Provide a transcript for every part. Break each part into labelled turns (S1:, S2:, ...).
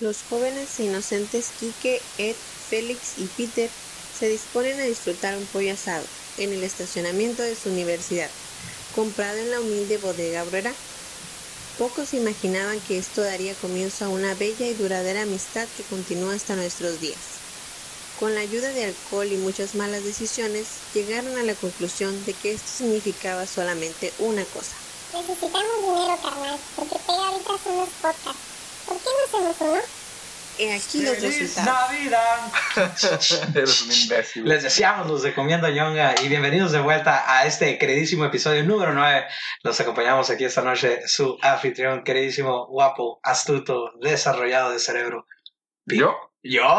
S1: Los jóvenes e inocentes Quique, Ed, Félix y Peter se disponen a disfrutar un pollo asado en el estacionamiento de su universidad, comprado en la humilde bodega obrera. Pocos imaginaban que esto daría comienzo a una bella y duradera amistad que continúa hasta nuestros días. Con la ayuda de alcohol y muchas malas decisiones, llegaron a la conclusión de que esto significaba solamente una cosa.
S2: Necesitamos dinero, carnal, porque pega ahorita son los podcasts. ¿Por qué no hacemos uno?
S1: He aquí los
S3: ¡Feliz
S1: resultados.
S3: Navidad!
S4: Eres un imbécil.
S3: Les deseamos, los de Comiendo Ñonga, y bienvenidos de vuelta a este queridísimo episodio número 9. Los acompañamos aquí esta noche, su anfitrión, queridísimo, guapo, astuto, desarrollado de cerebro.
S4: ¿Yo?
S3: ¡Yo!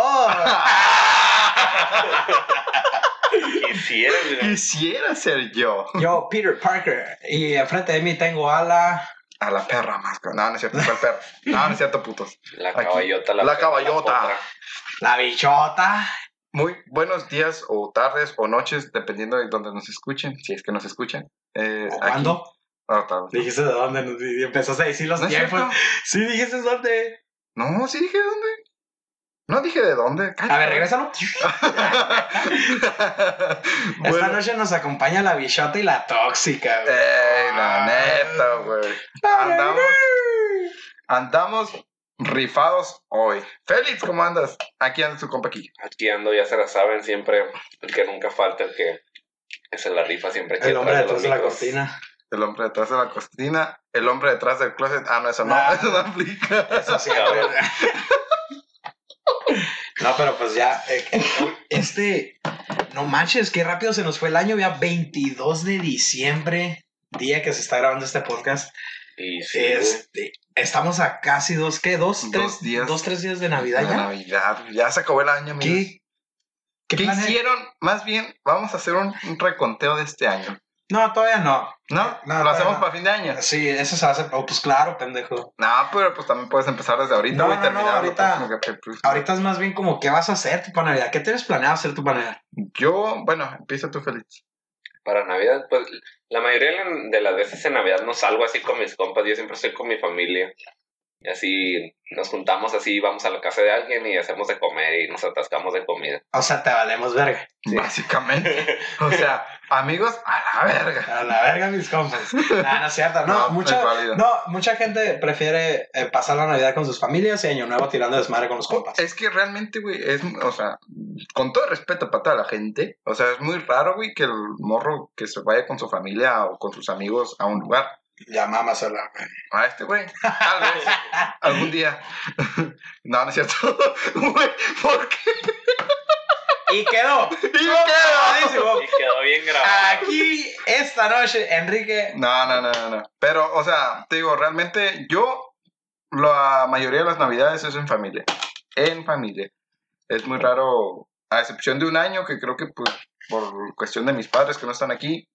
S5: Quisiera, güey.
S4: Quisiera ser yo.
S3: Yo, Peter Parker. Y enfrente de mí tengo a la...
S4: A la perra, más. No, no es cierto, fue el perro. No, no es cierto, putos.
S5: La
S4: Aquí.
S5: caballota. La,
S4: La
S5: perra,
S4: caballota.
S5: potra.
S3: La bichota.
S4: Muy buenos días o tardes o noches, dependiendo de donde nos escuchen, si es que nos escuchan. Eh,
S3: ¿O
S4: aquí-
S3: ¿Cuándo?
S4: Ah, tal vez.
S3: Dijiste de dónde, nos- y empezaste a decir los
S4: ¿No es
S3: tiempos.
S4: cierto?
S3: Sí, dijiste dónde.
S4: No, sí dije de dónde. No dije de dónde.
S3: A ver, regrésalo. Esta
S4: bueno,
S3: noche nos acompaña la bichota y la tóxica, güey.
S4: ey, la neta, güey. andamos. Andamos rifados hoy. Félix, ¿cómo andas? Aquí anda tu compa aquí.
S5: Aquí ando, ya se la saben siempre. El que nunca falta, el que, que se la rifa siempre. aquí
S3: El hombre
S5: atrás los
S3: detrás de la
S5: micros.
S3: cortina.
S4: El hombre detrás de la cocina, el hombre detrás del closet. Ah, no, eso no,
S3: Ah.
S4: eso no aplica.
S3: Eso siempre. No, pero pues ya. eh, Este. No manches, qué rápido se nos fue el año. Ya 22 de diciembre, día que se está grabando este podcast.
S5: Y sí, güey.
S3: Este. Estamos a casi dos, ¿qué? Dos,
S4: Dos
S3: tres
S4: días.
S3: Dos, tres días de Navidad
S4: De
S3: ya.
S4: Navidad, ya se acabó el año, amigos.
S3: ¿Qué?
S4: ¿Qué,
S3: planes-
S4: hicieron? Más bien, vamos a hacer un, un reconteo de este año.
S3: No, todavía no.
S4: ¿No?
S3: Eh, No,
S4: ¿Lo
S3: no,
S4: hacemos
S3: no.
S4: para fin de año?
S3: Sí, eso se hace. Oh, pues claro, pendejo.
S4: No, pero pues también puedes empezar desde ahorita,
S3: No,
S4: güey,
S3: no, no,
S4: terminar. lo
S3: ahorita-
S4: próximo que- que-
S3: Ahorita es más bien como, ¿qué vas a hacer tu para Navidad? ¿Qué tienes planeado hacer tu para Navidad?
S4: Yo, bueno, empieza tú, Félix.
S5: Para Navidad, pues la mayoría de la- de las veces en Navidad no salgo así con mis compas. Yo siempre estoy con mi familia. Y así nos juntamos, así vamos a la casa de alguien y hacemos de comer y nos atascamos de comida.
S3: O sea, te valemos verga.
S4: Básicamente. o sea, amigos, a la verga.
S3: A la verga, mis compas. No, no es cierto. No,
S4: No,
S3: mucha,
S4: es válido.
S3: no, mucha gente prefiere eh, pasar la Navidad con sus familias y Año Nuevo tirando desmadre con los compas.
S4: Es que realmente, güey, es, o sea, con todo respeto para toda la gente, o sea, es muy raro, güey, que el morro que se vaya con su familia o con sus amigos a un lugar.
S3: Ya mamas a la
S4: A este güey. Tal vez. algún día. No, no es cierto. Güey, ¿por qué?
S3: Y quedó.
S4: Y quedó.
S3: Grabadísimo.
S5: Y quedó bien grabado.
S3: Aquí, esta noche, Enrique.
S4: No, no, no, no, no. Pero, o sea, te digo, realmente yo, la mayoría de las navidades es en familia. En familia. Es muy raro, a excepción de un año que creo que pues, por cuestión de mis padres que no están aquí,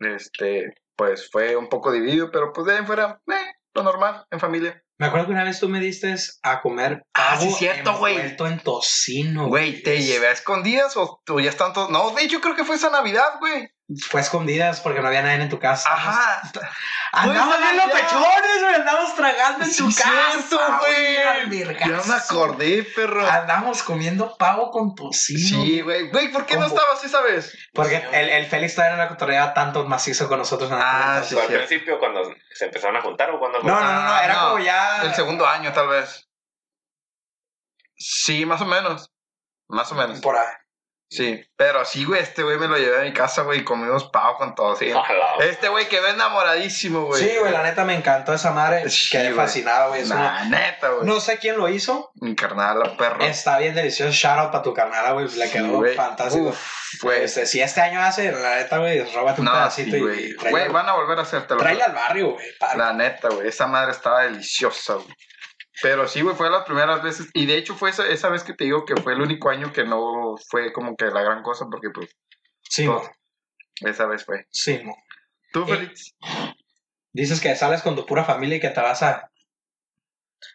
S4: este, pues fue un poco dividido, pero pues de ahí en fuera, eh, lo normal, en familia.
S3: Me acuerdo que una vez tú me diste a comer
S4: Ah,
S3: pavo
S4: sí, cierto, güey.
S3: envuelto en tocino.
S4: Güey, ¿te llevé a escondidas o tú ya están todos? No, de hecho creo que fue esa Navidad, güey.
S3: Fue a escondidas porque no había nadie en tu casa.
S4: Ajá.
S3: Andamos
S4: Pues,
S3: bien los
S4: ya.
S3: pechones, güey. Andamos tragando en
S4: Sí,
S3: tu
S4: cierto,
S3: casa, Ah, al
S4: güey. Ya
S3: vergazo.
S4: me acordé, perro.
S3: Andamos comiendo pavo con tocino.
S4: Ah, Sí, güey. Güey, ¿por qué no
S3: ¿Cómo?
S4: estabas esa vez?
S3: Porque el, el Félix todavía no la cotorreaba tanto macizo con nosotros. en aquel
S4: Ah,
S3: momento.
S4: sí,
S5: ¿Fue al
S4: cierto.
S5: principio cuando se empezaron a juntar o cuando
S3: No, no, no, no,
S4: Ah,
S3: era
S4: no.
S3: como ya.
S4: El segundo año, tal vez. Sí, más o menos. Más o menos.
S3: Por ahí.
S4: Sí. Pero sí, güey, este güey me lo llevé a mi casa, güey, y comimos pavo con todo, sí.
S5: A la-
S4: Este güey quedó enamoradísimo, güey.
S3: Ah. Sí, güey, la neta me encantó esa madre.
S4: Sí,
S3: Quedé
S4: güey.
S3: fascinado, güey. Es una-
S4: Nah, neta, güey.
S3: No sé quién lo hizo.
S4: Mi carnal, la perro.
S3: Está bien delicioso. Shout out para tu canal, güey. Le
S4: Sí,
S3: quedó
S4: güey.
S3: fantástico.
S4: Uf, güey.
S3: Este, si este año hace, la neta, güey, róbate un
S4: No,
S3: pedacito
S4: sí,
S3: y-
S4: güey.
S3: y tráelo-
S4: Güey, van a volver a hacértelo.
S3: tráelo al barrio, güey. para-
S4: La neta, güey, esa madre estaba deliciosa, güey. Pero sí, güey, fue las primeras veces. Y de hecho fue esa, esa vez que te digo que fue el único año que no fue como que la gran cosa, porque pues
S3: Sí,
S4: No.
S3: mo,
S4: esa vez fue.
S3: sí, mo.
S4: ¿Tú,
S3: Eh.
S4: Félix?
S3: Dices que sales con tu pura familia y que te vas a.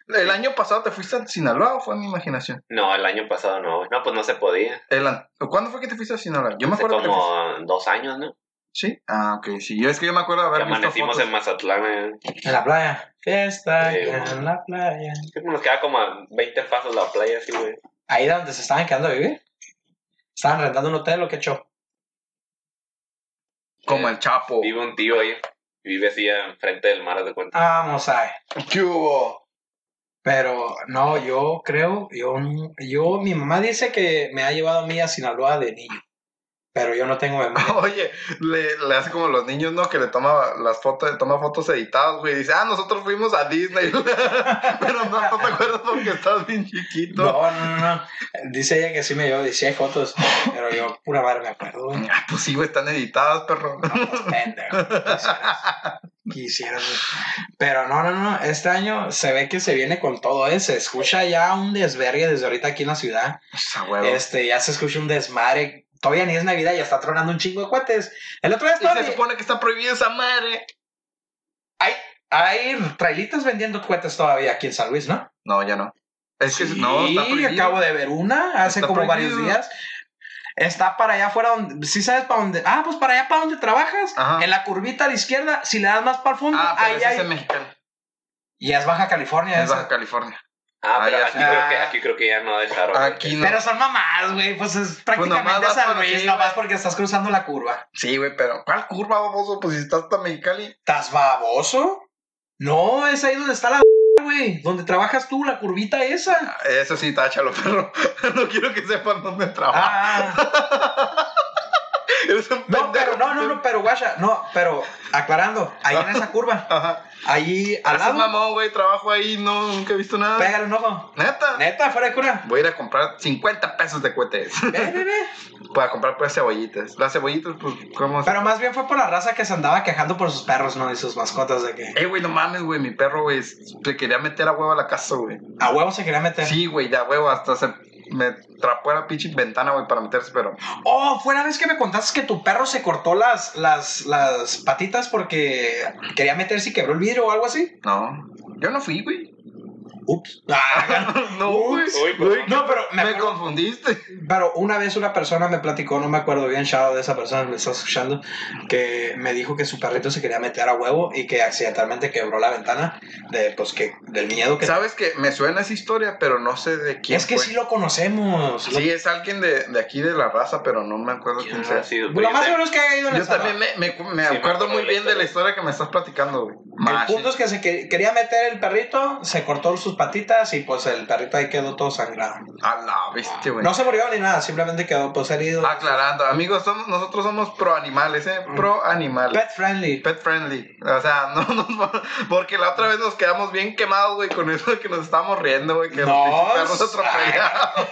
S4: ¿El año pasado te fuiste a Sinaloa o fue mi imaginación?
S5: No, el año pasado no. güey. No, pues no se podía.
S4: El an- ¿Cuándo fue que te fuiste a Sinaloa? Yo me
S5: Hace
S4: acuerdo que te fuiste-
S5: como dos años, ¿no?
S4: Sí. Ah, ok, sí. Yo es que yo me acuerdo de
S5: Que
S4: haber visto
S5: amanecimos
S4: fotos.
S5: en Mazatlán. eh.
S3: En la playa. Fiesta
S5: Sí,
S3: en
S5: bueno.
S3: la playa.
S5: Creo que nos queda como a 20 pasos la playa, así, güey.
S3: Ahí era donde se estaban quedando a vivir. Estaban rentando un hotel o qué show.
S4: Como el Chapo.
S5: Vive un tío ahí. Vive así enfrente del mar, haz de cuenta.
S3: Vamos a ver.
S4: ¿Qué hubo?
S3: Pero no, yo creo, yo, n- yo, mi mamá dice que me ha llevado a mí a Sinaloa de niño, pero yo no tengo memoria.
S4: Oye, le, le hace como los niños, ¿no? Que le toma las fotos, toma fotos editadas, güey. y Dice, ah, nosotros fuimos a Disney. Pero no, no te acuerdas porque estás bien chiquito.
S3: No, no, no, no. Dice ella que sí me llevó, dice hay fotos, pero yo pura madre me acuerdo. No,
S4: Ah, pues sí, güey, están editadas, perro.
S3: pues, pendejo. Quisieras- Quisieras. Pero no, no, no. Este año se ve que se viene con todo, ¿eh? Se escucha ya un desvergue desde ahorita aquí en la ciudad.
S4: Esa huevo.
S3: Este, ya se escucha un desmadre. Todavía ni es Navidad, ya está tronando un chingo de cohetes. El otro día
S4: Y
S3: estaba.
S4: se supone que está prohibida esa madre.
S3: Hay, hay trailitas vendiendo cohetes todavía aquí en San Luis, ¿no?
S4: No, ya no. Es que
S3: Sí,
S4: no, está prohibido.
S3: acabo de ver una hace
S4: Está
S3: como varios
S4: prohibido.
S3: días. Está para allá afuera donde. ¿Sí sabes para dónde? Ah, pues para allá para donde trabajas.
S4: Ajá.
S3: En la curvita a la izquierda, si le das más para el fondo,
S4: Ah, pero
S3: ahí
S4: ese
S3: hay.
S4: es en Mexicali.
S3: Y es Baja California.
S4: Es
S3: esa.
S4: Baja California.
S5: Ah,
S4: Ah,
S5: pero
S4: ya
S5: aquí
S3: sé.
S5: creo, que, aquí creo que ya no dejaron.
S4: Aquí no.
S3: Pero son mamás, güey. Pues es prácticamente
S4: nomás vas
S3: San
S4: para
S3: Luis,
S4: aquí,
S3: nomás porque estás cruzando la curva.
S4: Sí, güey, pero ¿cuál curva, baboso? Pues si estás hasta Mexicali.
S3: ¿Estás baboso? No, es ahí donde está la güey. Donde trabajas tú, la curvita esa.
S4: Eso sí, táchalo, perro. No quiero que sepan dónde trabaja.
S3: Ah,
S4: Eres un
S3: no,
S4: pendejo.
S3: pero no, no, no, pero guacha, no, pero aclarando, ahí en esa curva,
S4: Ajá.
S3: ahí al
S4: Al
S3: lado,
S4: mamón, güey, trabajo ahí, no, nunca he visto nada.
S3: pégale un ojo.
S4: Neta.
S3: Neta, fuera de cura.
S4: Voy a ir a comprar 50 pesos de cohetes.
S3: Ve, ve, ve.
S4: Para comprar pues cebollitas. Las cebollitas, pues, ¿cómo se-
S3: Pero más bien fue por la raza que se andaba quejando por sus perros, ¿no? Y sus mascotas de que
S4: Eh, güey, no mames, güey, mi perro, güey, se quería meter a huevo a la casa, güey.
S3: a huevo se quería meter.
S4: Sí, güey, ya huevo, hasta se me trapó a la pinche ventana, güey, para meterse, pero...
S3: Oh, fue la vez que me contaste que tu perro se cortó las, las, las patitas porque quería meterse y quebró el vidrio o algo así.
S4: No, yo no fui, güey.
S3: Ups. Ah,
S4: No, güey.
S5: Uy, perdón.
S3: no, pero me
S4: Me,
S3: acuerdo-
S4: confundiste.
S3: Pero una vez una persona me platicó, no me acuerdo bien, Shadow, de esa persona que me está escuchando, que me dijo que su perrito se quería meter a huevo y que accidentalmente quebró la ventana de, pues, que, del miedo que...
S4: Sabes que me suena esa historia, pero no sé de quién
S3: es que
S4: fue.
S3: sí lo conocemos. Lo-
S4: Sí, es alguien de, de aquí de la raza, pero no me acuerdo
S5: ¿Quién
S4: quién
S5: habrá
S4: sea.
S5: sido?
S3: lo más
S5: Yo
S3: seguro es que haya ido en el
S4: Yo
S3: salón.
S4: también me, me, me
S5: Sí,
S4: acuerdo
S5: me acuerdo
S4: muy
S5: de la
S4: bien de la
S5: historia.
S4: historia que me estás platicando, güey.
S3: El
S4: Machín.
S3: punto es que se que- quería meter el perrito, se cortó sus patitas y pues el perrito ahí quedó todo sangrado.
S4: A la bestia, güey.
S3: No se murió ni nada, simplemente quedó pues herido.
S4: Aclarando, amigos, somos, nosotros somos pro animales, ¿eh? Pro animales.
S3: Mm. Pet friendly.
S4: Pet friendly. O sea, no nos. Porque la otra vez nos quedamos bien quemados, güey, con eso de que nos estábamos riendo, güey, que
S3: No,
S4: los pinches perros
S3: o sea.
S4: atropellados.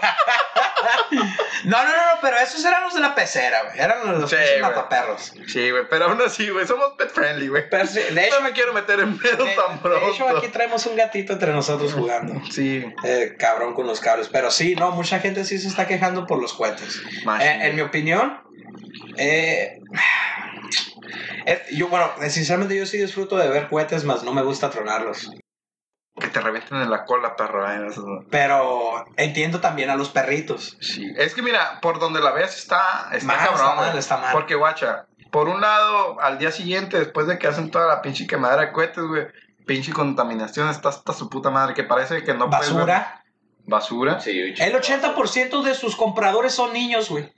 S3: No, no, no, no, pero esos eran los de la pecera, güey. Eran los, los
S4: Sí,
S3: pinches
S4: güey.
S3: mataperros.
S4: Sí, güey, pero aún así, güey, somos pet friendly, güey.
S3: Pero sí, de hecho,
S4: No me quiero meter en pedo
S3: De,
S4: tan
S3: de hecho,
S4: pronto.
S3: aquí traemos un gatito entre nosotros jugando.
S4: Sí,
S3: Eh, cabrón con los cables. Pero sí, no, mucha gente sí se está quejando por los cohetes.
S4: más.
S3: Eh, en mi opinión, eh, eh, yo, bueno, eh, sinceramente yo sí disfruto de ver cohetes, más no me gusta tronarlos.
S4: Que te revienten en la cola, perro. eh, eso-
S3: Pero entiendo también a los perritos.
S4: Sí. Es que mira, por donde la veas está, está
S3: Mal,
S4: cabrón.
S3: está mal,
S4: güey.
S3: está mal.
S4: Porque, guacha, por un lado, al día siguiente, después de que hacen toda la pinche quemadera de cohetes, güey, pinche contaminación está hasta su puta madre, que parece que no pues, puedes ver-
S3: Basura.
S4: Basura.
S5: Sí, güey,
S3: El 80% de sus compradores son niños, güey.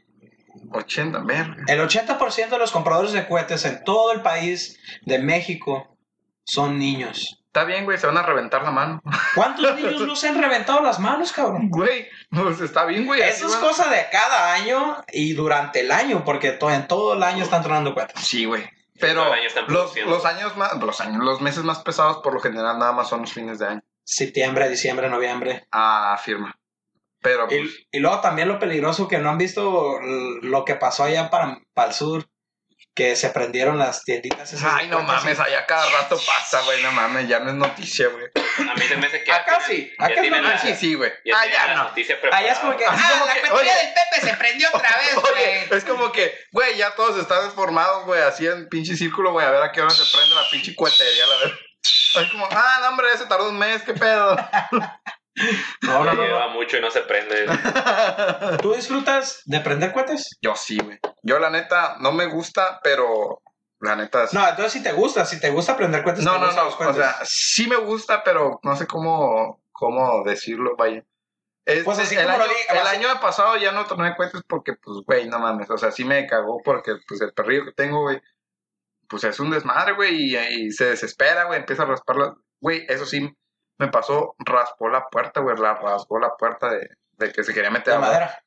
S4: 80, verga.
S3: El 80% de los compradores de cohetes en todo el país de México son niños.
S4: Está bien, güey, se van a reventar la mano.
S3: ¿Cuántos niños no se han reventado las manos, cabrón?
S4: Güey, pues está bien, güey. así
S3: Eso es
S4: van-
S3: cosa de cada año y durante el año, porque to- en todo el año están tronando cuentas.
S4: Sí, güey.
S5: todo
S4: Pero
S5: el año están
S4: los,
S5: produciendo.
S4: los años más, los años, los meses más pesados por lo general nada más son los fines de año.
S3: Septiembre, diciembre, noviembre.
S4: Ah, firma. Pero pues,
S3: Y, y luego también lo peligroso que no han visto l- lo que pasó allá para, para el sur, que se prendieron las tienditas. esas de
S4: Ay, no
S3: cuentas y-
S4: mames, allá cada rato pasa, güey, no mames, ya no es noticia, güey.
S5: A mí se me hace que. ya
S3: Acá
S5: tienen-
S3: sí, acá
S5: ya
S3: es
S5: tienen
S3: normal.
S4: Ah,
S5: la-
S4: sí, sí, güey.
S5: ya tienen
S4: Allá
S5: la
S4: no.
S5: noticia
S3: Allá es como que,
S4: Así
S3: ah,
S4: como
S3: la
S4: que,
S3: cuentería
S4: oye.
S3: del Pepe se prendió otra vez,
S4: Oye,
S3: güey.
S4: es como que, güey, ya todos están desformados, güey, así en pinche círculo, güey, a ver a qué hora se prende la pinche cuetería, la verdad. Es como, ah, no, hombre, ese tardó un mes, qué pedo.
S3: No, no,
S5: Ya
S3: no,
S5: lleva
S3: no.
S5: mucho y no se prende.
S3: ¿Tú disfrutas de prender cohetes?
S4: Yo sí, güey. Yo la neta no me gusta, pero la neta sí.
S3: No, entonces si te gusta, si te gusta prender cohetes,
S4: No,
S3: te
S4: no,
S3: gustan
S4: no.
S3: los
S4: O
S3: cohetes.
S4: sea, sí me gusta, pero no sé cómo, cómo decirlo, vaya. Este,
S3: Pues así
S4: el,
S3: como lo
S4: año,
S3: di-
S4: el
S3: así-
S4: año pasado ya no torné cuentas porque, pues, güey, no mames. O sea, sí me cagó porque, pues, el perrillo que tengo, güey, pues es un desmadre, güey, y, y se desespera, güey, empieza a raspar la... Güey, eso sí me pasó, raspó la puerta, güey, la rasgó la puerta de, de que se quería meter
S3: de
S4: agua.
S3: madera.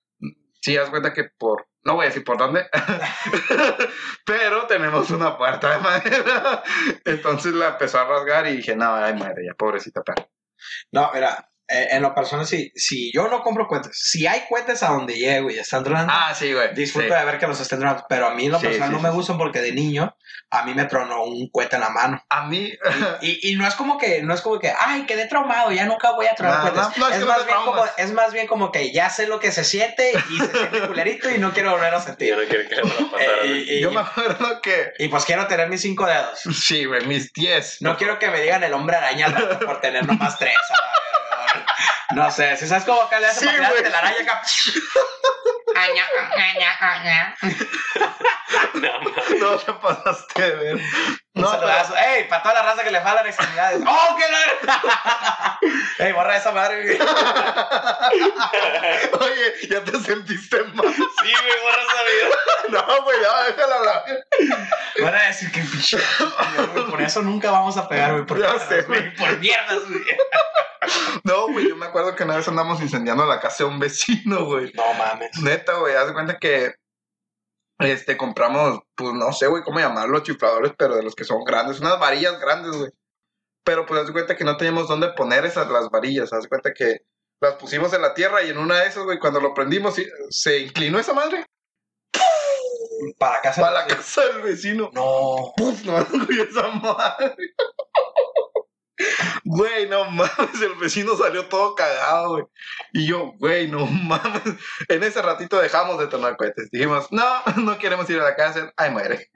S4: Sí, haz cuenta que por. No voy a decir por dónde. pero tenemos una puerta de madera. Entonces la empezó a rasgar y dije, no, ay madre, ya, pobrecita perra.
S3: No, mira, eh, en lo personal, si, si yo no compro cohetes, si hay cohetes a donde llego y están tronando,
S4: Ah, sí, güey.
S3: disfruto
S4: sí.
S3: de ver que los estén tronando. Pero a mí en lo
S4: Sí,
S3: personal
S4: sí,
S3: no
S4: sí,
S3: me
S4: sí.
S3: gustan porque de niño a mí me tronó un cohete en la mano.
S4: A mí.
S3: Y, y no es como que, no es como que, ay, quedé traumado, ya nunca voy a tronar
S4: No, no,
S3: cohetes.
S4: no, es
S3: es,
S4: que no
S3: más
S4: te
S3: bien como,
S4: traumas.
S3: es más bien como que ya sé lo que se siente y se siente culerito y no quiero volver a
S5: Yo
S3: sentir.
S5: no quiero que le vuelva a pasar.
S3: Eh,
S5: güey.
S3: y, y-
S4: Yo me acuerdo que.
S3: y pues quiero tener mis cinco dedos.
S4: Sí, güey, mis 10.
S3: No quiero que me digan el hombre araña al rato por tener nomás tres. a la verga. No sé, si sabes cómo acá le
S4: Sí,
S3: hacen para
S4: güey.
S3: tirarte la araña acá.
S6: Aña, aña, aña.
S5: No, mames.
S4: No te pasaste de ver.
S3: Un
S4: No,
S3: saludazo. ¡Ey! Para toda la raza que le faltan extremidades. ¡Oh, qué la ¡Ey, borra esa madre!
S4: pero- Oye, ya te sentiste mal.
S5: Sí, güey, borra esa vida.
S4: No, güey, ya, déjala hablar.
S3: Van a decir que pinche. güey, Por eso nunca vamos a pegar, güey. Por,
S4: Ya sé, güey.
S3: por mierdas, güey.
S4: No, güey, yo me acuerdo que una vez andamos incendiando la casa de un vecino, güey.
S3: No mames.
S4: Neta, güey, haz de cuenta que este, compramos, pues no sé, güey, cómo llamarlos, chifladores, pero de los que son grandes, unas varillas grandes, güey. Pero pues haz de cuenta que no teníamos dónde poner esas las varillas, haz de cuenta que las pusimos en la tierra y en una de esas, güey, cuando lo prendimos, sí, se inclinó esa madre
S3: Para casa.
S4: para la casa del vecino.
S3: No.
S4: ¡Puf! No, güey, esa madre. Güey, no mames, el vecino salió todo cagado, güey. Y yo, güey, no mames. En ese ratito dejamos de tomar cohetes. Dijimos, no, no queremos ir a la cárcel. Ay, madre.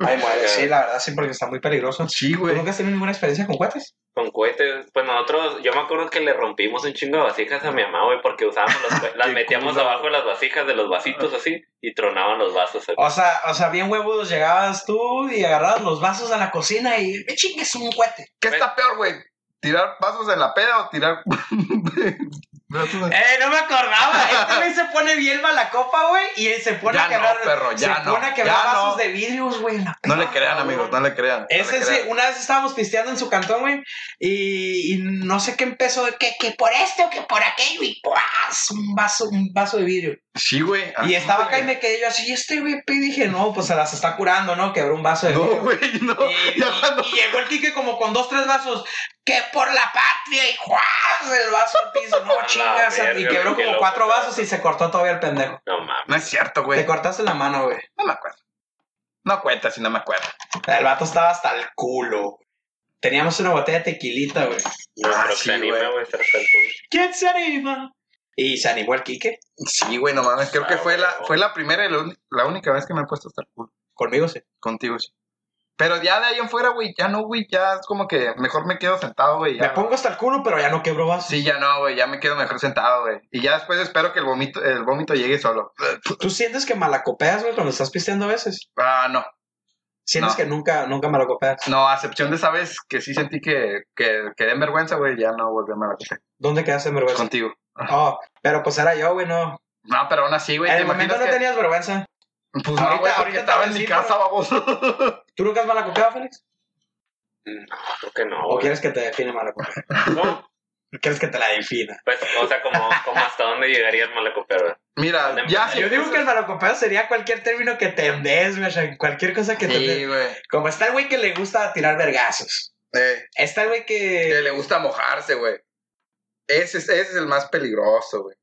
S3: Ay, muere. Sí, la verdad, sí, porque está muy peligroso.
S4: Sí,
S3: ¿Tú
S4: güey.
S3: nunca has tenido ninguna experiencia con cohetes?
S5: Con cohetes. Pues nosotros, yo me acuerdo que le rompimos un chingo de vasijas a mi mamá, güey, porque usábamos los cue- las
S4: Qué
S5: metíamos
S4: culo.
S5: abajo de las vasijas de los vasitos así y tronaban los vasos.
S4: Ah.
S3: O sea, o sea, bien huevudos, llegabas tú y agarrabas los vasos a la cocina y me chingues un cohete.
S4: ¿Qué está peor, güey? ¿Tirar vasos en la peda o tirar... vasos en-
S3: ¡Eh, no me acordaba! Este güey se pone bien mala copa, güey, y él se pone
S4: Ya
S3: a quebrar.
S4: no, perro, ya
S3: se
S4: no,
S3: pone a quebrar
S4: ya
S3: vasos
S4: no.
S3: de vidrios, güey. en la
S4: No le
S3: peda,
S4: crean,
S3: cabrón.
S4: amigos, no le crean. no le
S3: Ese sí,
S4: crean.
S3: una vez estábamos pisteando en su cantón, güey, y, y no sé qué empezó, de que, que por este o que por aquello, y ¡plas! un vaso, un vaso de vidrio.
S4: Sí, güey.
S3: Y
S4: así,
S3: estaba acá
S4: güey.
S3: y me quedé yo así, y este güey, pe- y dije, no, pues se las está curando, ¿no? Quebró un vaso de
S4: No,
S3: vidrio.
S4: güey, no.
S3: Y,
S4: Ya
S3: y-
S4: cuando-
S3: y llegó el Quique como con dos, tres vasos, que por la patria, y ¡juas! el vaso al piso,
S5: A
S3: no,
S5: la
S3: chingas,
S5: verga,
S3: y
S5: güey,
S3: quebró
S5: qué
S3: como
S5: loco.
S3: cuatro vasos y se cortó todavía el pendejo.
S5: No mames.
S4: No es cierto,
S3: Te
S4: güey.
S3: cortaste la mano, güey.
S4: No me acuerdo. No cuenta si no me acuerdo.
S3: El vato estaba hasta el culo. Teníamos una botella de tequilita, güey.
S5: No
S4: Ah,
S5: creo
S4: sí,
S5: que se anime,
S4: güey.
S5: güey, estar tan cool.
S3: ¿Quién se anima? Y se animó el Quique.
S4: Sí, güey, no mames. Creo que
S5: Ah,
S4: fue la,
S5: huevo.
S4: fue la primera y la, uni- la única vez que me he puesto hasta el culo.
S3: Conmigo sí.
S4: Contigo, sí. Pero ya de ahí en fuera, güey, ya no, güey, ya es como que mejor me quedo sentado, güey. ya.
S3: Me pongo hasta el culo, pero ya no quebro vasos.
S4: Sí, ya no, güey, ya me quedo mejor sentado, güey. Y ya después espero que el vómito, el vómito llegue solo.
S3: ¿Tú sientes que malacopeas, güey, cuando estás pisteando a veces?
S4: Ah, no.
S3: Sientes
S4: No.
S3: que nunca, nunca malacopeas.
S4: No, a excepción de esa vez que sí sentí que, que quedé en vergüenza, güey, ya no volví a me la pasar.
S3: ¿Dónde quedaste en vergüenza?
S4: Contigo.
S3: Oh, pero pues era yo, güey, no.
S4: No, pero aún así, güey,
S3: en
S4: te
S3: el momento no
S4: imaginas que...
S3: tenías vergüenza.
S4: Pues
S3: Ahorita-
S4: no, güey,
S3: ahorita
S4: porque
S3: te
S4: estaba
S3: voy a
S4: en mi
S3: decir,
S4: casa,
S3: pero-
S4: baboso.
S3: ¿Tú nunca has malacopeado, Félix?
S4: Mm.
S5: No, creo que no,
S3: ¿O
S5: güey.
S3: quieres que te define malacopea?
S5: No,
S3: ¿Quieres que te la defina?
S5: Pues, o sea, como, como hasta dónde llegaría el malacopero, güey.
S4: Mira, ya
S5: Yo
S4: sí.
S3: Ah, Yo digo que el malacopeo sería cualquier término que te des, güey, o sea, cualquier cosa que te
S4: Sí, güey.
S3: Como está el güey que le gusta tirar vergazos.
S4: Eh.
S3: Está el güey
S4: que
S3: que...
S4: le gusta mojarse, güey. Ese es, ese es el más peligroso, güey.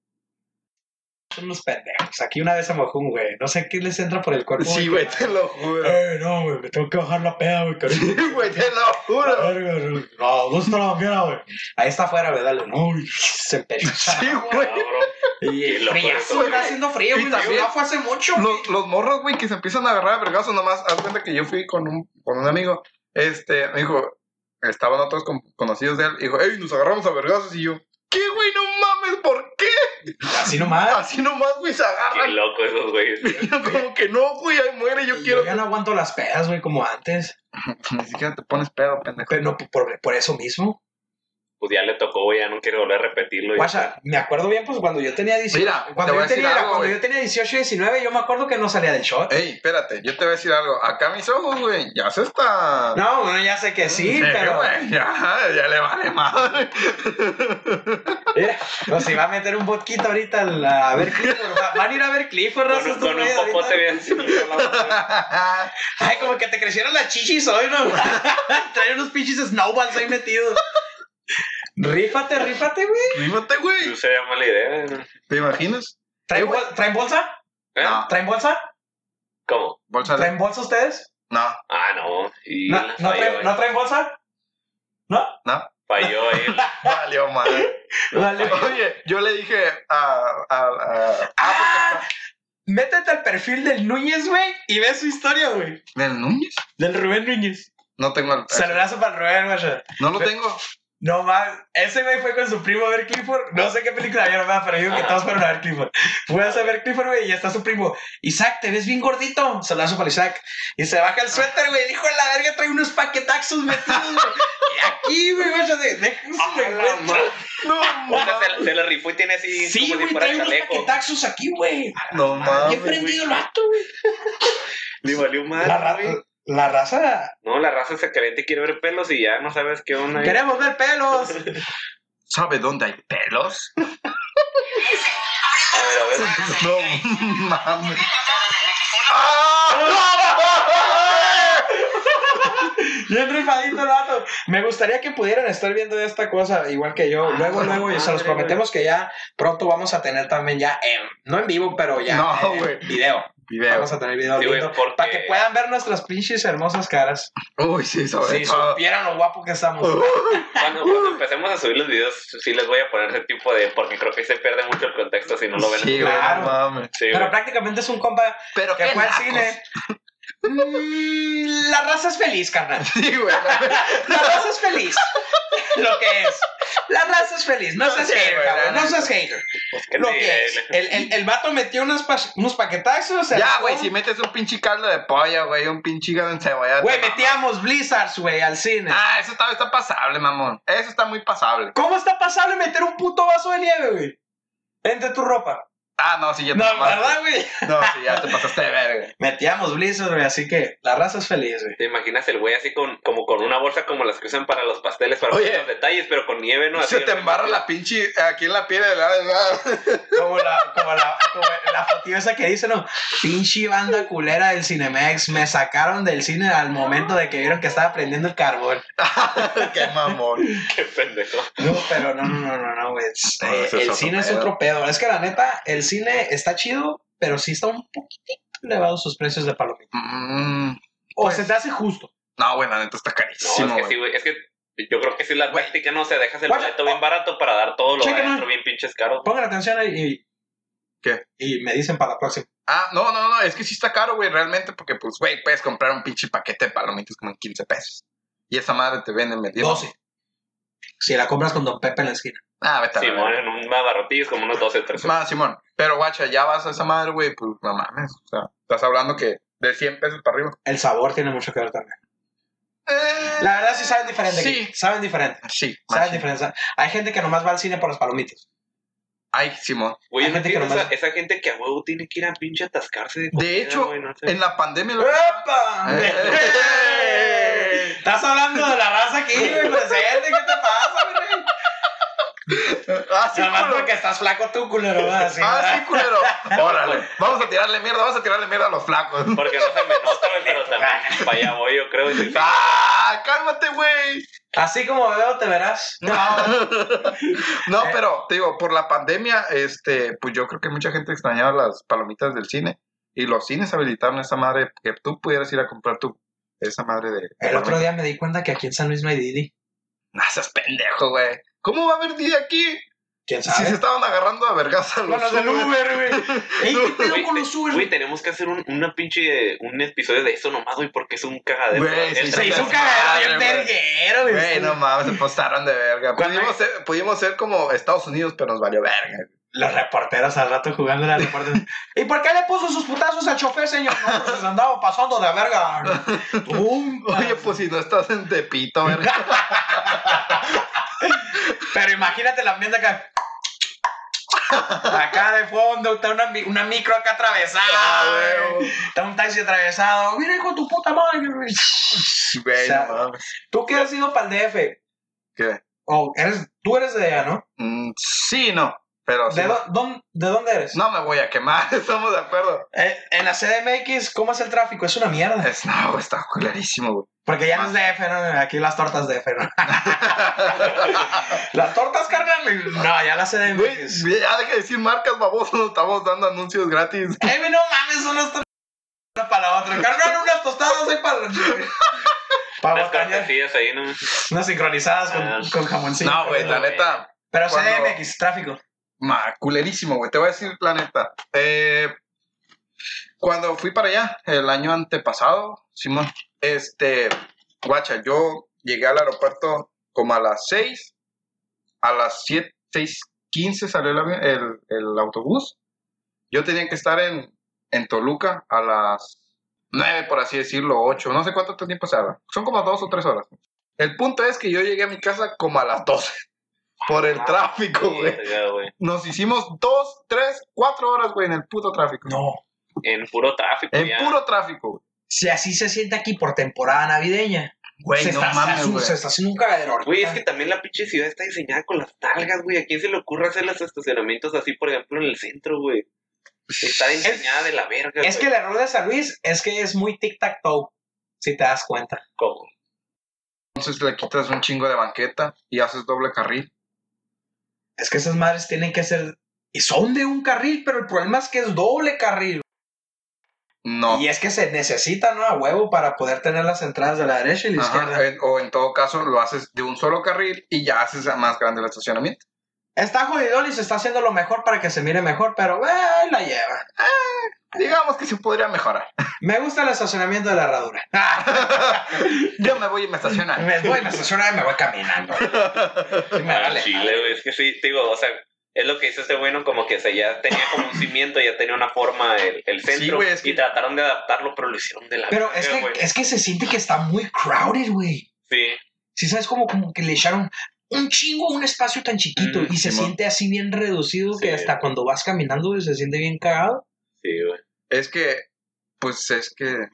S3: Son unos pendejos. Aquí una vez se mojó un güey. No sé qué les entra por el cuerpo.
S4: Sí, güey, te lo juro.
S3: Eh, no, güey, me tengo que bajar la peda, güey, cariño.
S4: Sí, güey, te lo juro.
S3: No, ¿dónde está la manguera, güey? Ahí está afuera, güey, dale. No, y se empezó.
S4: Sí,
S5: No,
S4: güey.
S5: bro.
S3: Y
S5: Qué loco eso,
S3: frío,
S5: güey.
S3: está haciendo frío,
S4: Y
S3: güey.
S4: también-
S3: También fue hace mucho.
S4: Los, los morros, güey, que se empiezan a agarrar a vergazos nomás. Haz cuenta que yo fui con un, con un amigo. Este, me dijo, estaban otros con- conocidos de él. y Dijo, hey, nos agarramos a vergazos. Y yo, ¿qué, güey, no mames, ¿por qué?
S3: Así nomás.
S4: Así nomás, güey, se
S5: Qué
S4: agarran.
S5: loco esos güeyes.
S4: Como que no, güey, ahí muere, yo quiero.
S3: Yo ya no aguanto las pedas, güey, como antes.
S4: Ni siquiera te pones pedo, pendejo.
S3: Pero no, por, por eso mismo.
S5: Pues ya le tocó, güey, ya no quiere volver a repetirlo. y-
S3: Guacha, me acuerdo bien, pues cuando yo tenía 18.
S4: Mira, te
S3: cuando,
S4: voy
S3: yo
S4: a decir
S3: tenía,
S4: algo,
S3: cuando
S4: güey.
S3: yo tenía 18 y 19, yo me acuerdo que no salía del shot.
S4: Ey, espérate, yo te voy a decir algo. Acá mis ojos, güey, ya se está.
S3: No, bueno, ya sé que sí,
S4: Sí,
S3: pero.
S4: güey, ya, ya le vale madre.
S3: Mira, nos iba a meter un botquito ahorita al- a ver Clifford. Va- Van a ir a ver Clifford,
S5: Con,
S3: razas,
S5: un-
S3: tú,
S5: con
S3: güey,
S5: un
S3: ahorita.
S5: popote bien.
S3: Ay, como que te crecieron las chichis hoy, ¿no? Trae unos pinches snowballs ahí metidos. rífate, rífate, güey.
S4: Rímate, güey.
S5: Se llama la idea. ¿eh? ¿no?
S4: ¿Te imaginas?
S3: ¿Traen,
S4: Eh, güey.
S3: bol- ¿Traen bolsa?
S5: ¿Eh?
S4: No.
S3: ¿Traen bolsa?
S5: ¿Cómo?
S4: Bolsa de.
S3: ¿Traen bolsa ustedes?
S4: No,
S5: Ah, no. Y
S3: No,
S5: la
S3: no,
S5: falló,
S3: traen,
S5: güey.
S3: ¿no traen bolsa? ¿No?
S4: no.
S5: Falló ahí.
S4: Valió madre.
S5: Ah,
S3: Vale.
S4: Oye, yo le dije a. a, a-
S3: Ah, métete al perfil del Núñez, güey, y ve su historia, güey.
S4: ¿Del Núñez?
S3: Del Rubén Núñez.
S5: Ah,
S4: No tengo el.
S3: Saludazo para el Rubén, güey.
S4: No lo tengo.
S3: No más, ese güey fue con su primo a ver Clifford. No sé qué película vieron, ¿verdad? pero
S5: Ah.
S3: digo que todos fueron a ver Clifford. Fuimos a ver Clifford, güey, y está su primo. Isaac, te ves bien gordito. Saludazo para Isaac. Y se baja el suéter, güey. Dijo, la verga, trae unos paquetaxos metidos, güey. Y aquí, güey, güey, de,
S5: Ah, la madre.
S4: No,
S5: O sea,
S4: mames.
S5: se, la- se la rifó y tiene así
S3: Sí,
S5: como si
S3: güey,
S5: fuera
S3: trae unos
S5: chaleco.
S3: paquetaxos aquí, güey.
S4: No
S3: Bien
S4: mames.
S3: prendido el vato, güey.
S5: Le valió
S4: Ah,
S3: La, ra-
S5: madre, güey.
S3: la raza.
S5: No, la raza se caliente y quiere ver pelos y ya no sabes qué onda. ahí.
S3: Queremos ver pelos.
S4: ¿Sabe dónde hay pelos?
S5: A ver, a ver.
S4: No mames. ¡Ah!
S3: Bien rifadito el vato. Me gustaría que pudieran estar viendo esta cosa igual que yo. Luego, luego, y se los
S5: madre,
S3: prometemos que ya pronto vamos a tener también ya, eh, no en vivo, pero ya
S4: No,
S3: eh,
S4: güey.
S3: video.
S4: Video.
S3: Vamos a tener video
S5: Sí, güey,
S3: lindo
S5: porque-
S3: para que puedan ver nuestras pinches hermosas caras.
S4: Uy, sí, sobre
S3: Si
S4: todo.
S3: supieran lo guapo que estamos.
S5: Cuando, cuando empecemos a subir los videos, sí les voy a poner ese tipo de. Porque creo que se pierde mucho el contexto si no lo ven.
S4: Sí, güey,
S3: Claro.
S4: no mames.
S5: Sí,
S3: Pero
S5: güey.
S3: prácticamente es un compa
S4: Pero
S3: que
S4: qué
S3: fue al
S4: nacos.
S3: cine. Mm, la raza es feliz, carnal.
S4: Sí, güey.
S3: La raza es feliz. Lo que es. La raza es feliz. No,
S4: No
S3: seas
S4: sé,
S3: hater,
S4: güey,
S3: cabrón.
S4: la
S3: No
S4: neta.
S3: seas hater.
S5: que
S3: Lo
S5: te-
S3: que es. El, el, el vato metió unos, pa- unos paquetazos. se
S4: Ya,
S3: rifó.
S4: güey, si metes un pinche caldo de pollo, güey, un pinche hígado encebollado.
S3: Güey, metíamos Blizzards, güey, al cine.
S4: Ah, eso está, está pasable, mamón. Eso está muy pasable.
S3: ¿Cómo está pasable meter un puto vaso de nieve, güey? Entre tu ropa.
S4: Ah, no, sí, ya te
S3: No,
S4: mamaste.
S3: ¿verdad, güey?
S4: No, sí, ya te pasaste de verga.
S3: Metíamos Blizzards, güey, así que la raza es feliz, güey.
S5: ¿Te imaginas el güey así con, como con una bolsa como las que usan para los pasteles, para
S4: Oye.
S5: poner los detalles, pero con nieve, ¿no? Así,
S4: Se te embarra la pinche aquí en la piel de la
S3: Como la, como la, como la fotillo esa que dice, no, pinche banda culera del Cinemex, me sacaron del cine al momento de que vieron que estaba prendiendo el carbón.
S4: Qué mamón.
S5: Qué pendejo.
S3: No, pero no, no, no, no, no, güey. Es-
S4: No,
S3: eh,
S4: ese es
S3: el
S4: otro
S3: cine es
S4: pedo.
S3: otro pedo. Es que la neta, el cine está chido, pero sí está un poquitito elevado sus precios de palomita.
S4: Mm,
S3: O
S4: Pues-
S3: se te hace justo.
S4: no, güey, la neta está
S5: No,
S4: carísimo.
S5: es que
S4: güey.
S5: sí, güey. Es que yo creo que sí la
S4: Güey.
S5: táctica, no, o sea, dejas el
S3: Guacha.
S5: boleto bien barato para dar todo lo
S3: Chécame.
S5: adentro bien pinches caro.
S3: Pongan atención ahí y.
S4: ¿Qué?
S3: Y me dicen para la próxima.
S4: Ah, no, no, no, es que sí está caro, güey, realmente, porque, pues, güey, puedes comprar un pinche paquete de palomitas como en 15 pesos. Y esa madre te venden medio.
S3: 12. Si la compras con Don Pepe en la esquina.
S4: Ah, vete a la
S5: Sí,
S4: verga.
S5: bueno, en un barrotillo es como unos 12, 13.
S4: Más, Simón. Pero, guacha, ya vas a esa madre, güey, pues, no mames. O sea, estás hablando que de 100 pesos para arriba.
S3: El sabor tiene mucho que ver también.
S4: Eh,
S3: La verdad, sí saben diferente.
S4: Sí.
S3: aquí. Saben diferente.
S4: Sí,
S3: Saben
S4: machín.
S3: diferente. Hay gente que nomás va al cine por las palomitas.
S4: Ay, Simón.
S5: Güey,
S3: Hay
S5: yo no
S3: gente que
S5: entiendo esa,
S3: nomás-
S5: esa gente que a huevo tiene que ir a pinche atascarse de comida,
S4: hecho,
S5: güey, no sé.
S4: En la pandemia, lo-
S3: ¡Epa!
S4: ¡Eh!
S3: Estás hablando de la raza aquí, güey, presente. ¿Qué te pasa, güey?
S4: Ah, sí,
S3: Nomás
S4: culero.
S3: porque estás flaco tú, culero. ¿verdad? Así,
S4: Ah,
S3: ¿verdad?
S4: sí, culero. Órale. Vamos a tirarle mierda, vamos a tirarle mierda a los flacos.
S5: Porque no se me nota, güey, pero también para allá voy, yo creo. y-
S4: ¡Ah! ¡Cálmate, güey!
S3: Así como veo, te verás.
S4: No, pero te digo, por la pandemia, este, pues yo creo que mucha gente extrañaba las palomitas del cine. Y los cines habilitaron esa madre que tú pudieras ir a comprar tu esa madre de.
S3: El otro día me di cuenta que aquí en San Luis no hay Didi.
S4: No seas pendejo, güey. ¿Cómo va a haber día aquí?
S3: ¿Quién
S4: Si se
S3: sabe?
S4: estaban agarrando a vergas a los
S3: Con los del
S4: Uber.
S3: Uber, güey. Ey, ¿qué pedo
S5: Güey,
S3: con
S5: te-
S3: los Uber?
S5: Güey, tenemos que hacer un, una pinche, un episodio de eso nomás, güey, porque es un cagadero.
S4: Güey, sí,
S5: El
S3: Se
S4: sí,
S5: trailer-
S3: hizo
S4: sí.
S3: un cagadero bien
S4: Madre, güey.
S3: verguero, güey.
S4: Güey, no mames, se postaron de verga.
S3: ¿Cuándo?
S4: Pudimos ser, pudimos ser como Estados Unidos, pero nos valió verga.
S3: Los reporteros al rato jugando las reporteras. ¿Y por qué le puso sus putazos al chofer, señor? No, pues se andaba pasando de verga. Pum.
S4: Oye, pues si no estás en Tepito, verga.
S3: Pero imagínate la ambiente acá. Acá de fondo está una, mi- una micro acá
S4: Ah,
S3: atravesada, güey.
S4: güey.
S3: Está un taxi atravesado. Mira, hijo de tu puta madre. güey. O
S4: Güey,
S3: sea,
S4: no mames.
S3: Tú que has ido para el DF.
S4: ¿Qué?
S3: O eres, tú eres de allá, ¿no?
S4: Mm, sí, no. Pero sí.
S3: ¿De, dó- dón- ¿de dónde eres?
S4: No me voy a quemar, estamos de acuerdo.
S3: Eh, en la CDMX, ¿cómo es el tráfico? Es una mierda.
S4: Es, no, güey, está clarísimo, güey.
S3: Porque ya no es DF, ¿no? aquí las tortas DF, ¿no? Las tortas cargan. No, ya las
S4: Güey,
S3: CDMX.
S4: ya deja de decir marcas, baboso, nos estamos dando anuncios gratis.
S3: Ay, güey, no mames, unas tortas para la otra. Cargan unas tostadas ahí para. para
S5: Unas
S3: botanear.
S5: cortesías ahí, ¿no?
S3: Unas sincronizadas
S5: Ah.
S3: con, con jamoncito.
S4: No, güey, la
S5: güey.
S4: neta,
S3: Pero
S4: Cuando-
S3: CDMX, tráfico.
S4: ma, culerísimo, güey. Te voy a decir la neta. Eh, cuando fui para allá, el año antepasado, Simón, este, guacha, yo llegué al aeropuerto como a las 6, a las 7, 6.15 salió el, avi- el- el autobús. Yo tenía que estar en, en Toluca a las 9, por así decirlo, 8, no sé cuánto tiempo se habla. Son como 2 o 3 horas. El punto es que yo llegué a mi casa como a las 12 por el
S5: Ah,
S4: tráfico, güey.
S5: Verga, güey.
S4: Nos hicimos dos, tres, cuatro horas, güey, en el puto tráfico.
S3: No.
S5: En puro tráfico.
S4: en
S5: ya.
S4: puro tráfico,
S3: Si así se siente aquí por temporada navideña.
S4: güey.
S3: se,
S4: Güey, no
S3: está, se
S4: mames,
S3: hace un-
S4: güey.
S3: se está haciendo un cagadero. ahorita.
S5: Güey, es que también la pinche ciudad está diseñada con las talgas, güey. ¿A quién se le ocurre hacer los estacionamientos así, por ejemplo, en el centro, güey? Está diseñada de la verga,
S3: Es que
S5: güey.
S3: el error de San Luis es que es muy tic-tac-toe, si te das cuenta.
S5: ¿Cómo?
S4: Entonces le quitas un chingo de banqueta y haces doble carril.
S3: Es que esas madres tienen que ser... Y son de un carril, pero el problema es que es doble carril.
S4: No.
S3: Y es que se necesita, ¿no? A huevo para poder tener las entradas de la derecha y la
S4: Ajá,
S3: izquierda.
S4: en- o en todo caso, lo haces de un solo carril y ya haces más grande el estacionamiento.
S3: Está jodidón y se está haciendo lo mejor para que se mire mejor, pero eh, la lleva.
S4: Digamos que se podría mejorar.
S3: Me gusta el estacionamiento de la herradura. Ah,
S4: Yo me voy y me estacionan.
S3: me voy a la estacionar y me voy caminando. Y me
S5: Ah,
S3: vale.
S5: Chile, güey. Es que sí, te digo, o sea, es lo que hizo este bueno, como que se ya tenía como un cimiento, ya tenía una forma el, el centro.
S4: Sí, güey, es que-
S5: Y trataron de adaptarlo, pero lo hicieron de la
S3: Pero
S5: verga,
S3: es que,
S5: güey.
S3: es que se siente que está muy crowded, güey.
S5: Sí.
S3: Si sabes como, como que le echaron un chingo a un espacio tan chiquito
S5: Mm,
S3: y se
S4: Simón.
S3: siente así bien reducido
S5: Sí.
S3: que hasta cuando vas caminando güey, se siente bien cagado.
S5: Sí, güey.
S4: Es que, pues es que,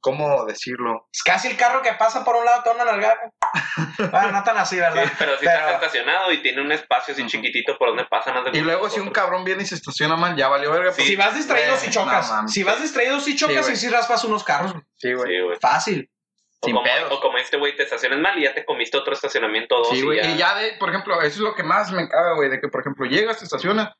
S4: ¿cómo decirlo?
S3: Es casi el carro que pasa por un lado te da una nalgada. Bueno, no tan así,
S5: Sí,
S3: ¿verdad?
S5: pero sí
S3: Pero-
S5: está estacionado y tiene un espacio así
S4: Ah, Ujú.
S5: chiquitito por donde pasan las de-
S4: Y luego si un cabrón viene y se estaciona mal, ya valió verga. pues,
S5: Sí.
S3: Si vas distraído,
S4: Güey,
S3: si chocas.
S4: no mames.
S3: si vas distraído, si
S4: Sí,
S3: chocas
S4: güey.
S3: y si raspas unos carros. güey.
S4: Sí,
S5: Sí, güey.
S3: Fácil.
S5: O
S4: Sin
S5: como,
S4: pedos.
S5: o como este güey te estacionas mal y ya te comiste otro estacionamiento o dos
S4: Sí,
S5: y
S4: güey.
S5: ya.
S4: Y ya de, por ejemplo, eso es lo que más me caga, güey, de que, por ejemplo, llegas, te estacionas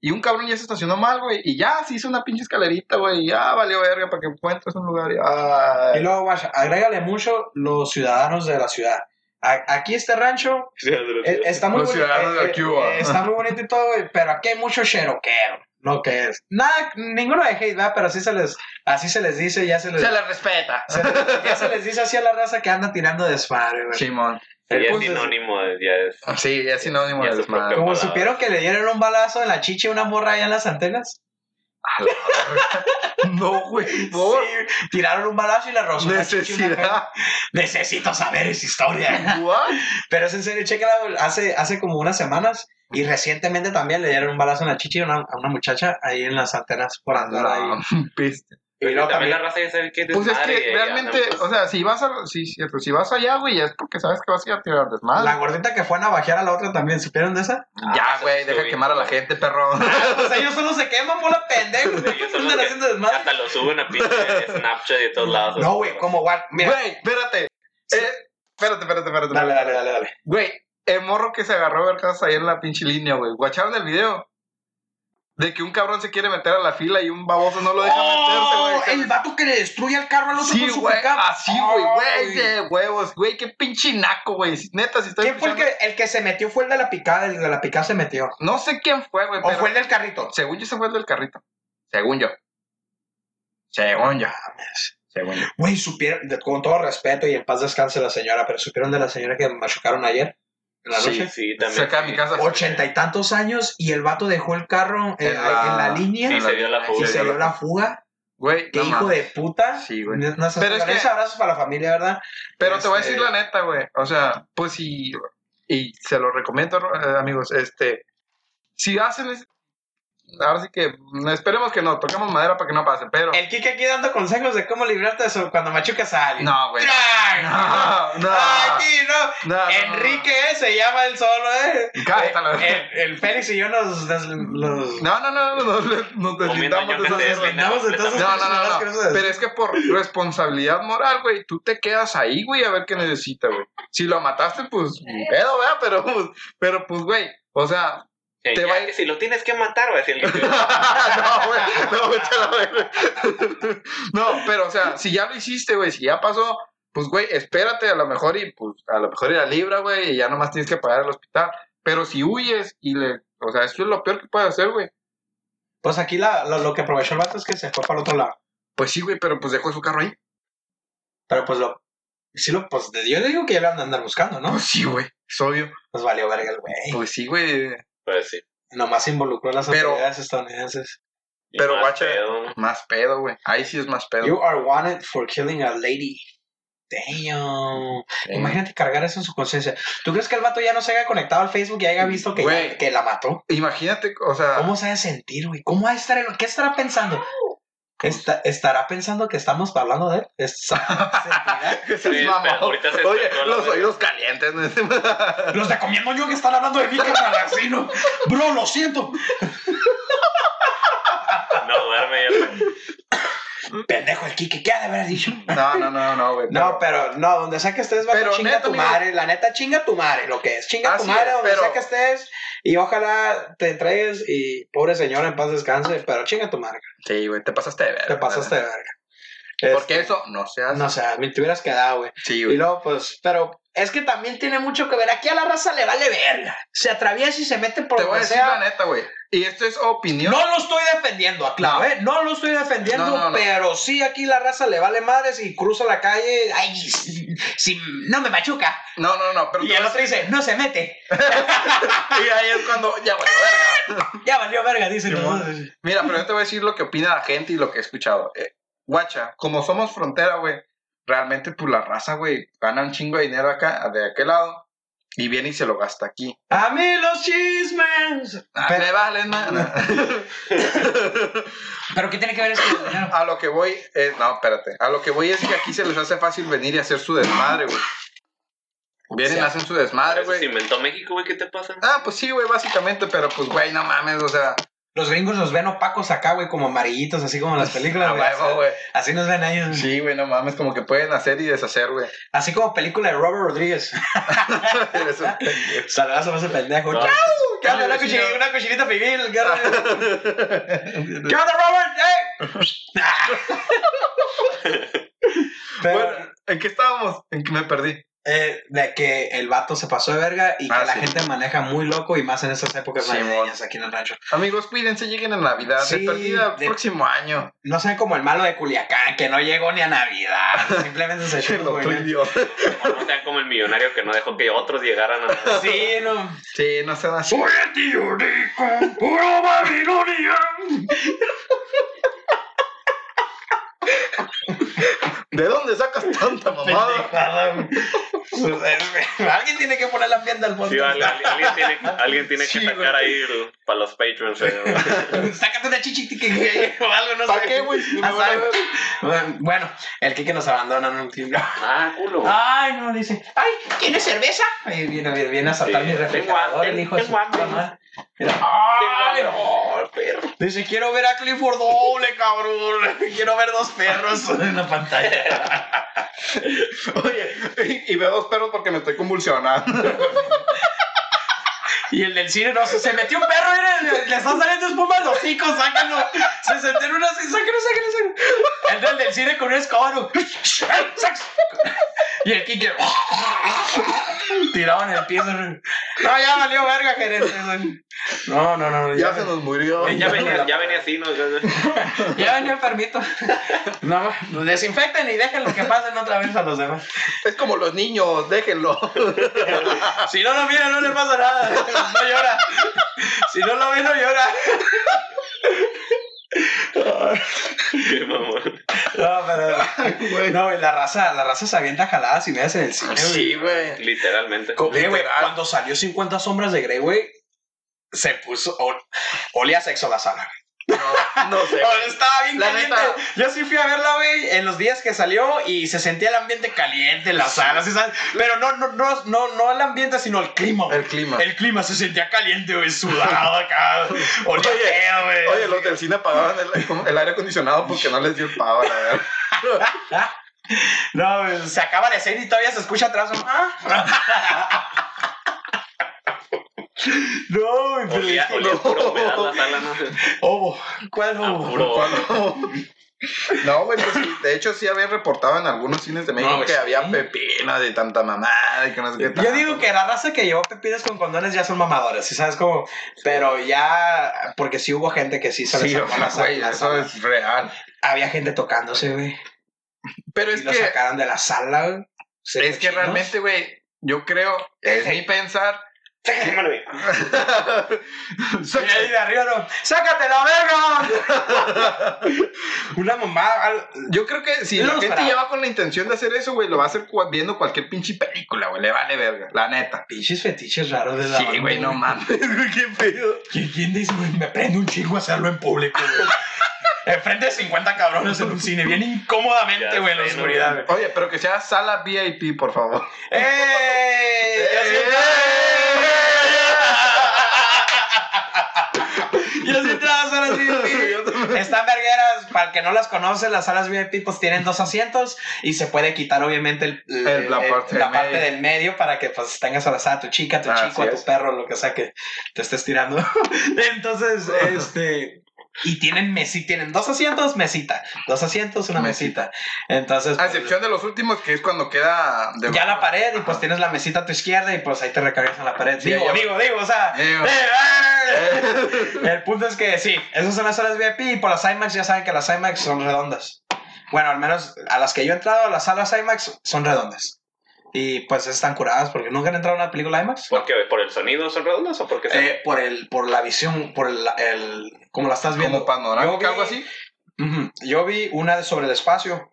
S4: y un cabrón ya se estacionó mal, güey, y ya se hizo una pinche escalerita, güey, y ya valió verga para que encuentres un lugar. y- ah,
S3: Y
S4: ay.
S3: luego, guacha, agrégale mucho los ciudadanos de la ciudad. A- Aquí este rancho Eh, Está muy
S4: Los
S3: bonito.
S4: ciudadanos de
S3: eh,
S4: Cuba.
S3: eh, está muy bonito y todo, güey, pero aquí hay mucho cheroquero. Lo que es. Nada, ninguno de hate, ¿verdad? Pero así se les, así se les dice, ya se les,
S4: Se la respeta.
S3: se les- ya se les dice así a la raza que anda tirando desmadre, güey.
S4: Simón.
S5: Ya es
S4: Entonces-
S5: sinónimo, ya es.
S4: pues, Ah, Sí, es sinónimo
S5: Ya
S4: de
S5: se
S4: desmadre.
S5: propio.
S3: Como
S5: palabra.
S3: supieron que le dieron un balazo en la chicha a una morra allá en las antenas.
S4: A la verga. No, güey, por
S3: Sí, tiraron un balazo y le rozó la chicha una
S4: necesidad.
S3: vez. Necesito saber esa historia.
S4: What?
S3: Pero es en serio, chécala, güey, hace, hace como unas semanas. Y recientemente también le dieron un balazo en la chicha a una, a una muchacha ahí en las antenas por andar ahí.
S4: La peste.
S3: Y luego
S5: también, la raza ya sabe que es
S4: Ah, Pues es
S5: desmadre
S4: que
S5: y ya
S4: realmente,
S5: andan, pues,
S4: o sea, si vas a, sí, cierto, si vas allá, güey, es porque sabes que vas a ir a tirar desmadre.
S3: La gordita que fue a navajear a la otra también, ¿supieron de esa?
S5: Ah,
S4: Ya,
S5: eso
S4: güey,
S5: sí
S4: deja
S5: lo vi.
S4: quemar a la gente, perro.
S3: o sea, ellos solo se queman por la pendeja.
S5: ellos son los
S3: Andan
S5: que-
S3: haciendo desmadre.
S5: Pues, Hasta lo suben a pinche Snapchat y de todos lados.
S3: No, güey, como guard. Mira,
S4: Güey, espérate. Eh, espérate, espérate, espérate.
S3: dale, dale, dale, dale.
S4: Güey, el morro que se agarró a vergas ahí en la pinche línea, güey. ¿Guacharon el video? De que un cabrón se quiere meter a la fila y un baboso no lo deja
S3: ¡Oh!
S4: meterse, güey.
S3: el vato que le destruye al carro al otro
S4: Sí,
S3: con su
S4: güey,
S3: pickup.
S4: así, güey, güey,
S3: Ay.
S4: de huevos, güey, qué pinche naco, güey. Neta, si estoy
S3: ¿Quién fue el que, el que se metió? Fue el de la picada, el de la picada se metió.
S4: No sé quién fue, güey,
S3: ¿O
S4: pero
S3: fue el del carrito?
S4: según yo se fue el del carrito. Según yo. Según yo. Según yo.
S3: Güey, supieron, de- con todo respeto y en paz descanse la señora, pero supieron de la señora que machucaron ayer en la
S4: Sí.
S3: noche.
S5: Sí, también.
S4: Cerca de mi casa.
S3: Ochenta y tantos años y el vato dejó el carro eh, en, la, línea
S5: Sí, se dio la
S3: y
S5: fuga.
S3: se dio la fuga.
S4: Güey,
S3: Qué
S4: no
S3: hijo
S4: mames.
S3: de puta.
S4: Sí, güey. Pero
S3: Pero
S4: es que-
S3: abrazos para la familia, ¿verdad?
S4: Pero te voy a
S3: Este-
S4: decir la neta, güey. O sea, pues sí. Y se lo recomiendo, eh, amigos. Este. Si hacen. es- Ahora sí que. Esperemos que no. Toquemos madera para que no pase. Pero.
S3: El Kike aquí dando consejos de cómo librarte de eso cuando machucas a alguien.
S4: No, güey.
S3: ¡Tran!
S4: No, no.
S3: Aquí, no.
S4: No, no, no,
S3: Enrique eh, se llama el solo, ¿eh?
S4: Cállalo.
S3: Eh, El, el Félix y yo nos. des- los-
S4: No, no, no, no, no, no, nos deslindamos
S5: yo
S4: de
S5: me
S4: esa mierda.
S5: deslindé.
S3: Deslindamos de todas esas
S4: No, no,
S3: cosas
S4: no,
S3: que
S4: no.
S3: se-
S4: Pero es que por responsabilidad moral, güey, tú te quedas ahí, güey, a ver qué necesita, güey. Si lo mataste, pues, ni pedo, ¿verdad? Pero, pues, pero, pues, güey, o sea,
S5: Eh,
S4: te
S5: ya
S4: va a
S5: que
S4: ir-
S5: Si lo tienes que matar, va a decir el que-
S4: no, güey, no, vete a la verga. No, pero, o sea, si ya lo hiciste, güey, si ya pasó, pues, güey, espérate a lo mejor y, pues, a lo mejor y la libra, güey, y ya nomás tienes que pagar al hospital. Pero si huyes y le, o sea, eso es lo peor que puedes hacer, güey.
S3: Pues aquí la, lo, lo que aprovechó el vato es que se fue para el otro lado.
S4: Pues sí, güey, pero pues dejó su carro ahí.
S3: Pero pues lo. Sí, lo, pues yo le digo que ya lo andan andar buscando, ¿no?
S4: Pues sí, güey, es obvio.
S3: Pues valió verga el güey.
S4: Pues sí, güey.
S5: Pues sí.
S3: Nomás involucró a las
S4: Pero-
S3: autoridades estadounidenses.
S5: Y
S4: Pero,
S5: más
S4: guacha,
S5: pedo.
S4: Más pedo, güey. Ahí sí es más pedo.
S3: You are wanted for killing a lady. Damn.
S4: Eh,
S3: Imagínate cargar eso en su conciencia. ¿Tú crees que el vato ya no se haya conectado al Facebook y haya visto que, ya-
S4: Güey. Ah.
S3: que la mató?
S4: Imagínate, o sea,
S3: ¿Cómo se ha de sentir, güey? ¿Cómo ha de estar el- ¿Qué estará pensando? Esta- ¿Estará pensando que estamos hablando de él? Es- ¿Sentirá?
S4: que seas
S5: Sí,
S4: mamón.
S5: pero ahorita se
S4: Oye,
S5: sacó la
S4: los
S5: verga.
S4: oídos calientes. ¿no?
S3: Los recomiendo yo que están hablando de mí, carnal, así, ¿no? Bro, lo siento.
S5: No duerme ya.
S3: Pendejo el Kike, ¿qué ha de haber dicho?
S4: no, no, no, no, güey.
S3: No, pero no, donde sea que estés, vato,
S4: Pero
S3: chinga
S4: neta,
S3: tu
S4: amigo.
S3: madre. La neta, chinga tu madre, lo que es. Chinga tu
S4: Así
S3: madre
S4: es,
S3: donde
S4: pero-
S3: sea que estés. Y ojalá te entregues y pobre señora en paz descanse, pero chinga tu madre.
S4: Sí, güey, te pasaste de verga.
S3: Te pasaste de verga.
S4: Porque
S3: Este,
S4: eso no se hace.
S3: No sé, me te hubieras quedado, güey.
S4: Sí,
S3: Y
S4: güey.
S3: luego, pues, pero es que también tiene mucho que ver. Aquí a la raza le vale verga. Se atraviesa y se mete por
S4: Te voy a
S3: donde
S4: decir la
S3: sea.
S4: neta, güey. Y esto es opinión.
S3: No lo estoy defendiendo, aclaro,
S4: No.
S3: ¿eh? No lo estoy defendiendo,
S4: No, no, no.
S3: pero sí aquí la raza le vale madres y cruza la calle. Ay, si, si no me machuca.
S4: No, no, no, pero
S3: Y
S4: te
S3: el
S4: voy a-
S3: otro dice, no se mete.
S4: y ahí es cuando ya valió verga.
S3: Ya valió verga, dice.
S4: Sí,
S3: ¿no?
S4: Mira, pero yo te voy a decir lo que opina la gente y lo que he escuchado. Eh, guacha, como somos frontera, güey, realmente pues la raza, güey, gana un chingo de dinero acá, de aquel lado, y viene y se lo gasta aquí.
S3: A mí los chismes.
S4: Ah,
S3: Pero-
S4: me valen, man.
S3: Pero ¿qué tiene que ver eso con el dinero?
S4: a lo que voy es, no, espérate, a lo que voy es que aquí se les hace fácil venir y hacer su desmadre, güey. Vienen,
S3: O sea,
S4: hacen su desmadre,
S5: Eso se
S4: güey.
S5: inventó México, güey. ¿Qué te pasa?
S4: Ah, pues sí, güey, básicamente, pero pues, güey, no mames, o sea,
S3: Los gringos nos ven opacos acá, güey, como amarillitos, así como en las películas.
S4: a
S3: güey.
S4: huevo, güey.
S3: Así nos ven ellos.
S4: Sí, güey, no mames, como que pueden hacer y deshacer, güey.
S3: Así como película de Robert Rodríguez.
S4: Eres un pendejo.
S3: Saludazo a ese pendejo.
S5: No.
S3: ¡Chau! ¿Qué onda? Una,
S4: Sí,
S3: cuchillita,
S4: no.
S3: una cuchillita pibil. ¿Qué onda, ¿Qué onda, Robert? ¡Eh! Pero,
S4: Bueno, ¿en qué estábamos? En que me perdí.
S3: eh, de que el vato se pasó de verga y
S4: Ah,
S3: que la
S4: sí.
S3: gente maneja muy loco y más en esas épocas
S4: Simón.
S3: navideñas aquí en el rancho.
S4: Amigos, cuídense, lleguen a Navidad. Se
S3: Sí,
S4: perdida
S3: de-
S4: próximo año.
S3: No sé, como el malo de Culiacán, que no llegó ni a Navidad. Simplemente se echó
S4: El
S3: un
S4: otro
S3: juvenil.
S4: idiota.
S5: O no sean como el millonario que no dejó que otros llegaran a nada.
S3: Sí, no.
S4: Sí, no sean así.
S3: Soy el tío rico, puro Babilonia.
S4: ¿De dónde sacas tanta mamada?
S3: Pendejada, Pues, eh, güey. Alguien tiene que poner la ambiente al
S5: Sí,
S3: fondo.
S5: al- al- alguien tiene, alguien tiene
S4: Sí,
S5: que sacar ahí el- para los patrons. eh, güey.
S3: Sácate una chichiti que- que- o algo, no
S4: ¿Para
S3: sé.
S4: qué, güey? Si
S3: Ah,
S4: me van a
S3: sabe.
S4: ver.
S3: Bueno, el que nos abandona en un tiempo.
S5: Ah, culo.
S3: Ay, no, dice. Ay, ¿tienes cerveza? Ay, viene, viene, viene a saltar
S5: Sí,
S3: mi
S5: tengo
S3: refrigerador,
S5: hambre,
S3: el hijo de su
S5: tengo hambre.
S3: puta madre. Mira, ay,
S5: Ay, no, perro.
S3: Dice, quiero ver a Clifford doble, cabrón. Quiero ver dos perros en la pantalla.
S4: Oye, y, y veo dos perros porque me estoy convulsionando.
S3: Y el del cine, no, se, se metió un perro, mira, le están saliendo espuma al hocico, sácalo. Se sentó en una así, sácalo, sácalo, sácalo. Entra el del cine con un escoba, no. Y el Kike, tirado en el piso. No, ya valió verga, gerente. No, no, no.
S4: Ya se nos murió.
S5: Eh, Ya venía, ya venía así, ¿no?
S3: Ya venía enfermito. No, desinfecten y dejen lo que pasen otra vez a los demás.
S4: Es como los niños, déjenlo.
S3: Si no lo mira, no le pasa nada. No llora. Si no lo ve, no llora.
S5: Qué mamón.
S3: No, pero. güey, No, güey, la raza, la raza se avienta jaladas y me hace el cine, güey.
S4: Sí, güey.
S5: Literalmente.
S3: Co- eh, güey,
S4: Literal.
S3: cuando salió 50 sombras de Grey, güey, se puso. ol- olía a sexo la sala, güey.
S4: No, no sé.
S3: Oh, Estaba bien
S4: La
S3: caliente.
S4: neta.
S3: Yo sí fui a verla, güey, en los días que salió y se sentía el ambiente caliente en la sala, ¿sí sabes? Pero no, no, no, no, no el ambiente, sino el clima, güey.
S4: El clima.
S3: El clima se sentía caliente, güey, sudado acá. güey. Olía
S4: Oye,
S3: feo, güey.
S4: Oye, los del cine apagaban el, el aire acondicionado porque no les dio el pavo, la verdad.
S3: No, güey, se acaba la escena y todavía se escucha atrás. un, "Ah". No, güey, pero
S5: Olía,
S3: es que-
S5: olía
S4: no.
S5: pura humedad la sala, ¿no?
S3: Obo. ¿Cuál
S4: Ah,
S3: obo?
S5: Puro
S4: No, güey, pues sí, de hecho sí habían reportado en algunos cines de México
S3: No, güey,
S4: que había
S3: sí.
S4: pepina de tanta mamada y que no sé qué tal.
S3: Yo digo que la raza que llevó pepitas con condones ya son mamadoras, ¿sí ¿sabes cómo? Pero ya, porque sí hubo gente que sí se les
S4: Sí,
S3: armó la sala.
S4: güey,
S3: la
S4: eso
S3: sala.
S4: es real.
S3: Había gente tocándose, güey.
S4: Pero
S3: Y
S4: es
S3: lo
S4: que,
S3: sacaron de la sala, güey. Se
S4: es que
S3: cochinos.
S4: realmente, güey, yo creo, es mi pensar.
S3: Y ahí de arriba, no. ¡Sácate la verga! Una mamada. al-
S4: Yo creo que si
S3: Yo
S4: la
S3: no
S4: gente
S3: esperaba.
S4: lleva con la intención de hacer eso, güey, lo va a hacer cua- viendo cualquier pinche película, güey. Le vale verga, la neta.
S3: Pinches fetiches raros de la
S4: Sí,
S3: banda,
S4: güey, no mames, güey, qué pedo.
S3: ¿Quién, quién dice, güey, me prende un chingo hacerlo en público, güey? Enfrente de 50 cabrones en un cine, bien incómodamente,
S5: Ya
S3: güey, en la
S5: sé, no,
S3: oscuridad, güey.
S4: Oye, pero que sea sala VIP, por favor.
S3: ¡Eh! Yo sí- Yo sí entraba a salas VIP. Están vergueras. Para el que no las conoce, las salas VIP pues tienen dos asientos y se puede quitar obviamente el, el-
S4: El- la
S3: el-
S4: parte
S3: la
S4: del
S3: parte
S4: medio.
S3: del medio para que pues tengas abrazada a tu chica, a tu
S4: Así
S3: chico, a tu
S4: es.
S3: perro, lo que sea que te estés tirando. Entonces, este... Y tienen mesita, tienen dos asientos, mesita. Dos asientos, una mesita.
S4: Mesita. Ah,
S3: Entonces...
S4: A
S3: pues,
S4: excepción de los últimos, que es cuando queda. de-
S3: ya la pared y pues tienes la mesita a tu izquierda y pues ahí te recargas en la pared.
S4: Sí,
S3: digo,
S4: ya-
S3: digo, digo, o sea.
S4: Digo.
S3: eh, eh.
S4: Eh,
S3: El punto es que sí, esas son las salas VIP y por las IMAX ya saben que las IMAX son redondas. Bueno, al menos a las que yo he entrado, las salas IMAX son redondas. Y pues están curadas porque nunca han entrado a una película IMAX.
S5: ¿Por qué? ¿Por el sonido son redondos o porque
S3: Eh, por el, por la visión, por el, el cómo la estás viendo.
S4: Como panorámica,
S3: Yo vi-
S4: algo así.
S3: Ujú. Yo vi una sobre el espacio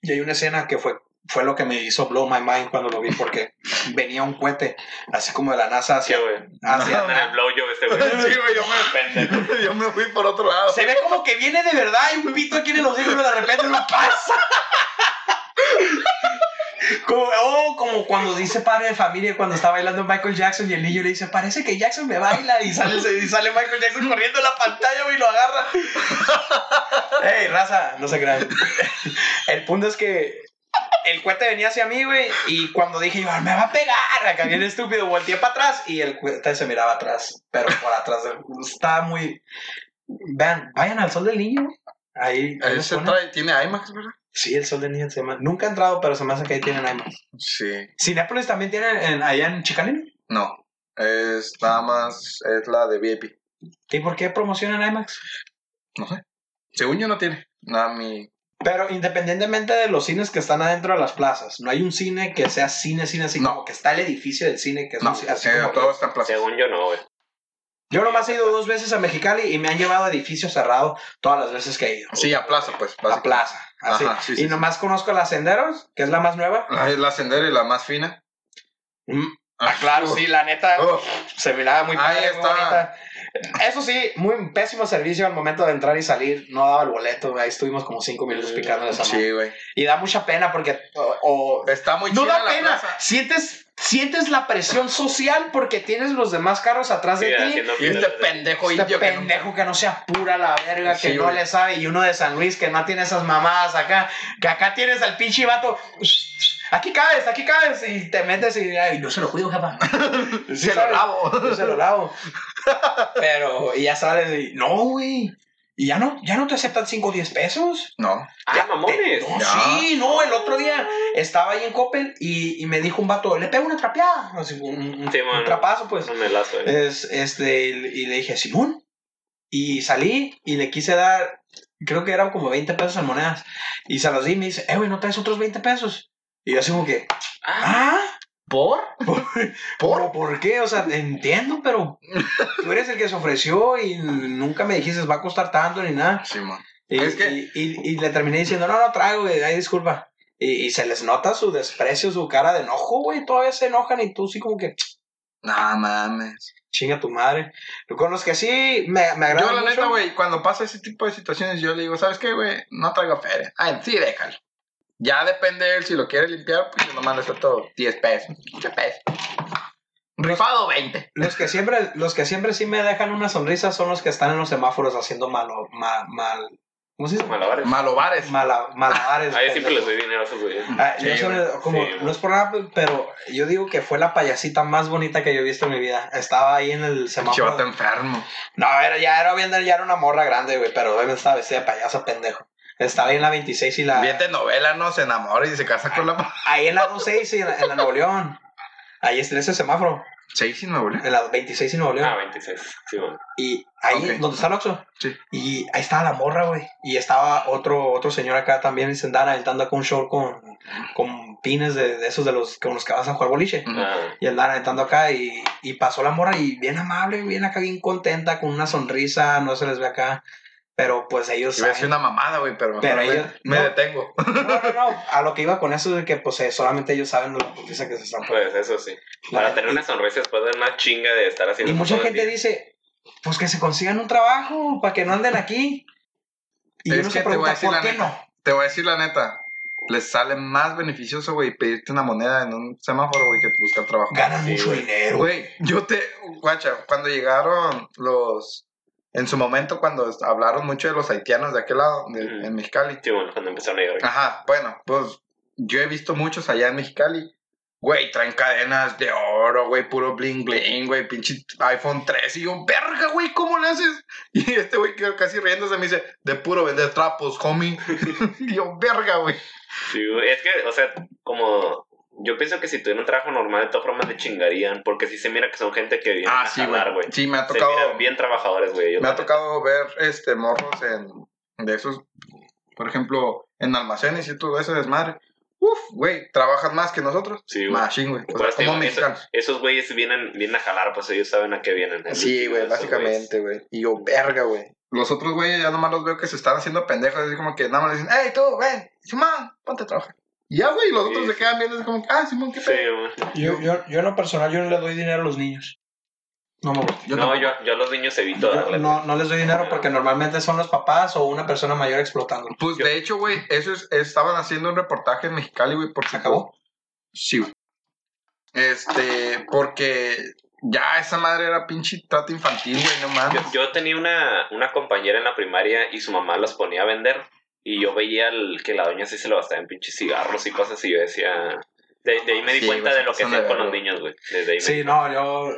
S3: y hay una escena que fue, fue lo que me hizo blow my mind cuando lo vi porque venía un cohete así como de la NASA
S5: Sí,
S3: hacia...
S5: güey.
S3: hacia
S5: Anda en el blow yo este, güey.
S4: Sí, güey, yo
S5: Pendejo.
S4: me, yo me fui por otro lado.
S3: Se ve como que viene de verdad y un pito aquí en el hocico y de repente una pasa. Como, oh, como cuando dice padre de familia cuando está bailando Michael Jackson y el niño le dice, parece que Jackson me baila y sale, y sale Michael Jackson corriendo en la pantalla güey, y lo agarra. Ey, raza, no se crean. El punto es que el cohete venía hacia mí, güey, y cuando dije yo, "Ah, me va a pegar, acá bien estúpido, volteé para atrás y el cohete se miraba atrás, pero por atrás. Estaba muy... Vean, vayan al sol del niño. güey. Ahí, ahí lo
S4: Ese
S3: ponen.
S4: trae, tiene IMAX, ¿verdad?
S3: Sí, el sol del niño se llama. Nunca he entrado, pero se me hace que ahí tienen IMAX.
S4: Sí.
S3: Cinépolis también tienen en- allá en Chicalino.
S4: No. Es nada más, es la de VIP.
S3: ¿Y por qué promocionan IMAX?
S4: Según yo no tiene. Nada, mi.
S3: Pero independientemente de los cines que están adentro de las plazas, no hay un cine que sea cine, cine, así
S4: No.
S3: como que está el edificio del cine que es
S4: No,
S3: un- así
S4: eh,
S3: como que-
S4: todo está en plaza.
S5: Según yo no, güey.
S3: Yo nomás he ido dos veces a Mexicali y me han llevado a edificio cerrado todas las veces que he ido.
S4: Sí, a plaza, pues.
S3: a
S4: básicamente.
S3: plaza. Así.
S4: Ajá, sí,
S3: y
S4: sí,
S3: nomás conozco a las Senderos, que es la más nueva.
S4: La, la sendera y la más fina.
S3: Mm,
S4: Ah, uf,
S3: la neta.
S4: uf.
S3: Se miraba muy
S4: Oh. Ahí
S3: padre, muy
S4: está.
S3: bonita. Eso sí, muy pésimo servicio al momento de entrar y salir. No daba el boleto. Ahí estuvimos como cinco minutos picando esa madre.
S4: Sí, güey.
S3: Y da mucha pena porque. o- o-
S4: Está muy
S3: no
S4: chida
S3: da
S4: la
S3: pena.
S4: plaza.
S3: Sientes, sientes la presión social porque tienes los demás carros atrás
S5: Sí,
S3: de ti.
S5: haciendo
S4: Y este pendejo
S3: Este
S4: indio que no-
S3: pendejo que no se apura la verga, que
S4: Sí,
S3: no
S4: güey.
S3: le sabe, y uno de San Luis que no tiene esas mamadas acá, que acá tienes al pinche vato aquí caes, aquí caes, y te metes y, ay, yo se lo cuido, jefa. Sí,
S4: Se lo
S3: ¿sabes?
S4: lavo.
S3: Yo se lo lavo. Pero, y ya sales y, no, güey. Y ya no, ya no te aceptan 5 o 10 pesos.
S4: No.
S5: ¡Ah, mamones!
S3: No,
S4: Ya.
S3: sí, no, el otro día estaba ahí en Copen y, y me dijo un vato, le pego una trapeada. Así, un, un-
S5: Sí,
S3: un
S5: mano.
S3: trapazo, pues.
S5: No me lazo, eh.
S3: Es, este, y y le dije, Simón. Y salí y le quise dar, creo que eran como 20 pesos en monedas. Y se las di y me dice, eh, güey, ¿no traes otros 20 pesos? Y yo así como que,
S5: Ah,
S3: ¿ah?
S4: ¿Por?
S3: ¿Por?
S4: ¿Por?
S3: ¿Por qué? O sea, te entiendo, pero tú eres el que se ofreció y nunca me dijiste, va a costar tanto ni nada.
S4: Sí, man.
S3: Y,
S4: Es que-
S3: y, y- y le terminé diciendo, no, no traigo, güey, ay, disculpa. Y, y se les nota su desprecio, su cara de enojo, güey, todavía se enojan y tú sí como que,
S4: No mames.
S3: chinga tu madre. Con los que sí me, me agrada
S4: Yo, la
S3: mucho.
S4: neta, güey, cuando pasa ese tipo de situaciones, yo le digo, ¿sabes qué, güey? No traigo feria. Ah, sí, déjalo. Ya depende de él si lo quiere limpiar, pues yo nomás le suelto 10 pesos, 15 pesos. Rifado 20.
S3: Los que siempre, los que siempre sí me dejan una sonrisa son los que están en los semáforos haciendo malo, mal, mal, ¿cómo se dice?
S4: ah,
S5: malabares.
S4: Malobares.
S3: Mala, malabares.
S5: Ah, yo siempre les
S3: pendejos.
S5: doy dinero a esos güeyes.
S3: Ah,
S4: Sí,
S3: yo sobre-
S5: güey.
S3: como,
S5: Sí, güey.
S3: no es por nada, pues, pero yo digo que fue la payasita más bonita que yo he visto en mi vida. Estaba ahí en el semáforo.
S4: Chivato enfermo.
S3: No, era, ya era bien, ya era una morra grande, güey, pero obviamente estaba vestida de payasa, pendejo. Estaba ahí en la 26 y la...
S4: Bien de novela, ¿no? Se enamora y se casa con la...
S3: Ahí en la 26 y en la, en la Nuevo León. Ahí está ese semáforo,
S4: ¿Seis sin novela?
S3: en la 26 y Nuevo León.
S5: Ah, 26. Sí, bueno.
S3: Y ahí,
S4: Ok.
S3: donde está el Oxxo.
S4: Sí.
S3: Y ahí estaba la morra, güey. Y estaba otro, otro señor acá también y se andaban aventando acá un short con, con pines de, de esos de los con los que vas a jugar boliche.
S4: Ujú.
S5: Ah,
S3: Y andaban aventando acá y, y pasó la morra y bien amable, bien acá, bien contenta, con una sonrisa, no se les ve acá. Pero pues ellos...
S4: Iba a
S3: saben-
S4: decir una mamada, güey, pero,
S3: Pero
S4: mejor
S3: ella-
S4: me,
S3: no.
S4: me detengo.
S3: No, no, no. A lo que iba con eso es de que pues eh, solamente ellos saben la putiza que se están poniendo.
S5: pues eso sí. Para tener una sonrisa después de una chinga de estar haciendo.
S3: Y mucha
S5: todo el
S3: gente
S5: día.
S3: dice, pues que se consigan un trabajo para que no anden aquí. Y
S4: Es
S3: uno se
S4: que te voy
S3: pregunta,
S4: a decir
S3: ¿por
S4: la
S3: qué
S4: neta.
S3: no?
S4: Te voy a decir la neta. Les sale más beneficioso, güey, pedirte una moneda en un semáforo, güey, que buscar trabajo.
S3: Ganan
S5: Sí,
S3: mucho
S5: güey.
S3: dinero.
S4: Güey, yo te. Guacha, cuando llegaron los. En su momento, cuando hablaron mucho de los haitianos de aquel lado, de-
S5: Ujú.
S4: en Mexicali.
S5: Sí, bueno, cuando empezaron a llegar.
S4: Ajá, bueno, pues yo he visto muchos allá en Mexicali. Güey, traen cadenas de oro, güey, puro bling bling, güey, pinche iPhone 3. Y yo, verga, güey, ¿cómo le haces? Y este güey que casi riéndose me dice, de puro vender trapos, homie. y yo, verga, güey.
S5: Sí, güey. Es que, o sea, como. Yo pienso que si tuvieran un trabajo normal, de todas formas le chingarían. Porque sí se mira que son gente que viene a
S4: Ah, sí, güey.
S5: jalar, güey.
S4: Sí, me ha
S5: Se
S4: tocado.
S5: miran bien trabajadores, güey. ellos,
S4: Me ha
S5: la neta.
S4: tocado ver este morros en de esos, por ejemplo, en almacenes y todo ese desmadre. Uf, güey, trabajan más que nosotros.
S5: Sí, güey.
S4: Machín, güey. O
S5: Por
S4: sea,
S5: eso te
S4: como
S5: digo, eso-
S4: mexicanos.
S5: Esos güeyes vienen, vienen a jalar, pues ellos saben a qué vienen. Es
S4: Sí,
S5: lo
S4: güey,
S5: chido de esos
S4: básicamente, güey. Y yo, verga, güey. Los otros güeyes ya nomás los veo que se están haciendo pendejos, así como que nada más le dicen, hey, tú, ven, Simón, ponte a trabajar. Y ya, güey, los
S5: Sí.
S4: otros se quedan viendo, así como que, ah, Simón, qué
S5: güeyes.
S4: pedo.
S5: Sí, güey.
S3: Yo, yo, yo en lo personal, yo no le doy dinero a los niños. No me gusta.
S4: Yo
S5: no,
S4: tampoco.
S5: yo, yo a los niños evito
S3: Yo
S5: darle.
S3: no, no les doy dinero porque normalmente son los papás o una persona mayor explotando.
S4: Pues de hecho, güey, eso es- estaban haciendo un reportaje en Mexicali, güey, por
S3: ¿Se acabó?
S4: Sí, güey. Este, porque ya esa madre era pinche trato infantil, güey, no
S5: Yo,
S4: mames.
S5: yo tenía una, una compañera en la primaria y su mamá los ponía a vender. Y yo veía al- que la doña sí se lo gastaba en pinches cigarros y cosas. Y yo decía. De, de ahí me di
S4: Sí,
S5: cuenta
S4: güey,
S5: de lo que
S4: se pasan de
S5: hacen con los
S4: verga.
S5: niños, güey. Desde ahí me-
S3: Sí, no, yo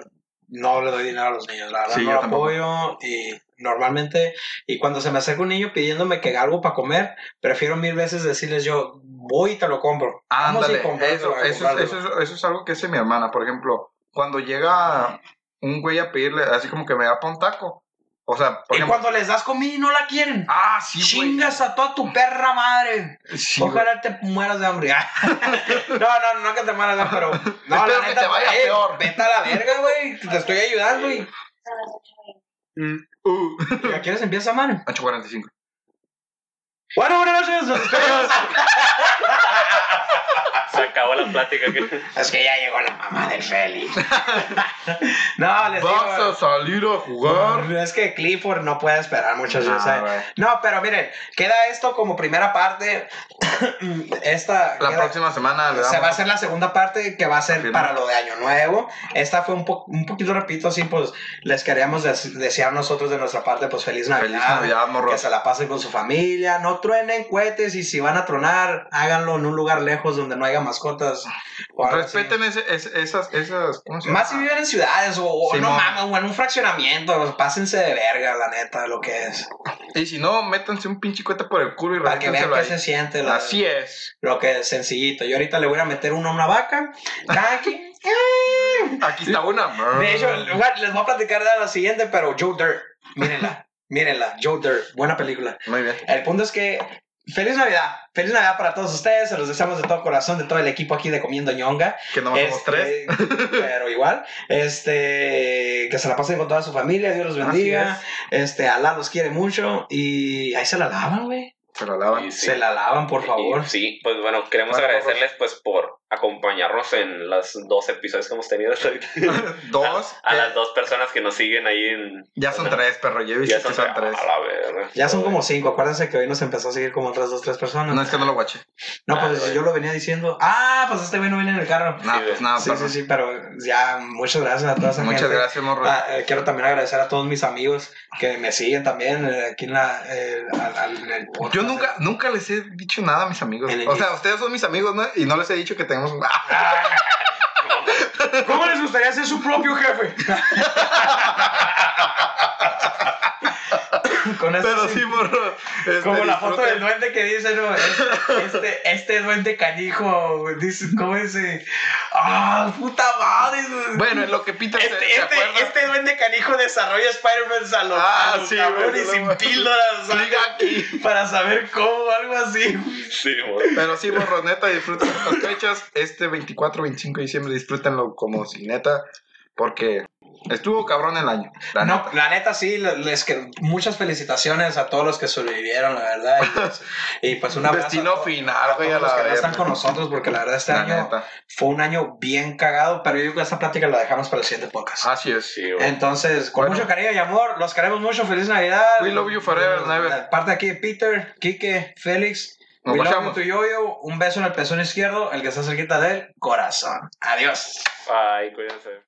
S3: no le doy dinero a los niños. La verdad,
S4: Sí,
S3: no
S4: yo
S3: lo
S4: tampoco.
S3: apoyo y normalmente, y cuando se me acerca un niño pidiéndome que algo para comer, prefiero mil veces decirles yo, voy y te lo compro. Vamos y
S4: Ándale,
S3: comprártelo,
S4: eso,
S3: a
S4: eso, es-
S3: comprártelo.
S4: eso, es- eso es algo que hace mi hermana, por ejemplo, cuando llega un güey a pedirle, así como que me da pa' un taco, o sea, por
S3: y
S4: ejemplo,
S3: cuando les das comida y no la quieren,
S4: ah, sí, güey,
S3: chingas a toda tu perra madre.
S4: sí, güey.
S3: Ojalá te mueras de hambre. no, no, no que te mueras de hambre, pero. No,
S4: Espero
S3: la
S4: que
S3: neta,
S4: te vaya
S3: eh,
S4: peor.
S3: Vete a la verga, güey. Te estoy ayudando y.
S4: Mm, uh,
S3: ¿Y ¿A quieres empieza, mano?
S4: 8.45.
S3: Bueno, buenas noches. nos despedimos.
S5: Se acabó la plática. que-
S6: Es que ya llegó la mamá del Félix.
S3: no, les
S4: ¿Vas a
S3: digo.
S4: salir a jugar?
S3: Es que Clifford no puede esperar muchas eh.
S4: Nah,
S3: veces. ¿sabes?
S4: güey.
S3: No, pero miren, queda esto como primera parte Esta
S4: La
S3: queda-
S4: próxima semana Ah,
S3: se
S4: le
S3: va a
S4: damos.
S3: hacer la segunda parte que va a ser
S4: Afirma.
S3: para lo de Año Nuevo. Esta fue un, po- un poquito, repito, así pues les queríamos des- desear nosotros de nuestra parte pues feliz Navidad.
S4: Feliz Navidad,
S3: Que
S4: morros.
S3: se la pasen con su familia, no truenen cohetes y si van a tronar, háganlo en un lugar lejos donde no haya mascotas. o algo así.
S4: Respeten ese- ese- esas, esas. ¿cómo se
S3: Más si
S4: llama?
S3: viven en ciudades o, o no
S4: Simón.
S3: mames, o en un fraccionamiento, pues, pásense de verga, la neta, lo que es.
S4: Y si no, métanse un pinche cuete por el culo y
S3: Para que vean
S4: revéntenselo
S3: qué
S4: ahí.
S3: se siente. la-
S4: Así es.
S3: Lo que es sencillito. Yo ahorita le voy a meter uno a una vaca. Tranqui.
S4: Aquí está una.
S3: De hecho, igual, les voy a platicar de la siguiente, pero Joe Dirt, mírenla, mírenla, Joe Dirt, buena película.
S4: Muy bien.
S3: El punto es que feliz Navidad, feliz Navidad para todos ustedes, se los deseamos de todo corazón, de todo el equipo aquí de Comiendo Ñonga.
S4: Que nomás somos
S3: Este,
S4: tres.
S3: pero igual, este, que se la pasen con toda su familia, Dios los bendiga,
S4: Así
S3: este, Alá los quiere mucho y ahí se la lavan, güey,
S4: Se la lavan.
S5: Y sí.
S3: se la lavan, por
S5: Y-
S3: favor.
S5: sí, pues bueno, queremos
S4: Bueno,
S5: agradecerles pues por acompañarnos en los dos episodios que hemos tenido hasta ahorita.
S4: Dos.
S5: A
S4: que
S5: las dos personas que nos siguen ahí en...
S4: Ya son
S5: Ajá.
S4: tres, perro. Yo he
S5: Ya
S4: visto
S5: son,
S4: que son tres.
S5: A la verga.
S3: Ya son como cinco, acuérdense que hoy nos empezó a seguir como otras dos, tres personas.
S4: No es que no lo guache.
S3: No,
S5: Ah,
S3: pues
S5: güey.
S3: yo lo venía diciendo. Ah, pues este güey no viene en el carro.
S4: Nah, pues nada,
S3: sí,
S4: perro.
S3: sí, sí, pero ya, muchas gracias a toda esa
S4: Muchas
S3: gente.
S4: gracias, morro.
S3: Ah, eh, quiero también agradecer a todos mis amigos que me siguen también eh, aquí en, la, eh, al- al- en el podcast.
S4: Yo nunca, nunca les he dicho nada a mis amigos.
S3: En el-
S4: O sea, ustedes son mis amigos, ¿no? Y no les he dicho que tenemos.
S3: ¿Cómo les gustaría ser su propio jefe? Con esto
S4: Pero
S3: sí-
S4: sí, morro. este,
S3: Como la foto
S4: disfruten.
S3: del duende que dice, no, este, este, este duende canijo, dice, ¿cómo dice? ¡Ah, puta madre! güey!
S4: Bueno, en lo que Peter se-
S3: Este,
S4: se,
S3: este,
S4: acuerda.
S3: este duende canijo desarrolla Spider-Man a lo-
S4: Ah,
S3: a lo
S4: sí,
S3: cabrón
S4: güey,
S3: y
S4: no
S3: sin
S4: mames.
S3: píldoras ¿sabes?
S4: Clic aquí.
S3: para saber cómo, algo así. güey.
S5: Sí, amor.
S4: Pero sí, morro, neta, disfruten estas fechas. Este 24, 25 de diciembre, disfrútenlo como si neta. Porque estuvo cabrón el año. la
S3: no, pues,
S4: neta.
S3: la neta sí, le- les que muchas felicitaciones a todos los que sobrevivieron, la verdad. Y pues, y pues un abrazo a
S4: Destino
S3: to-
S4: final,
S3: a
S4: güey, a
S3: todos los
S4: la
S3: que no
S4: verga.
S3: están con nosotros porque la verdad este
S4: La
S3: año
S4: neta.
S3: fue un año bien cagado, pero yo digo que esta plática la dejamos para el siguiente podcast.
S4: Así es.
S5: Sí, güey.
S3: Entonces, con
S4: Ah, Bueno.
S3: mucho cariño y amor, los queremos mucho, feliz Navidad.
S4: We love you forever,
S3: De-
S4: never.
S3: de Parte aquí de Peter, Quique, Félix.
S4: Nos
S3: We love
S4: guachamos.
S3: you to yo-yo. Un beso en el pezón izquierdo, el que está cerquita del corazón. Adiós.
S5: Ay, cuídense.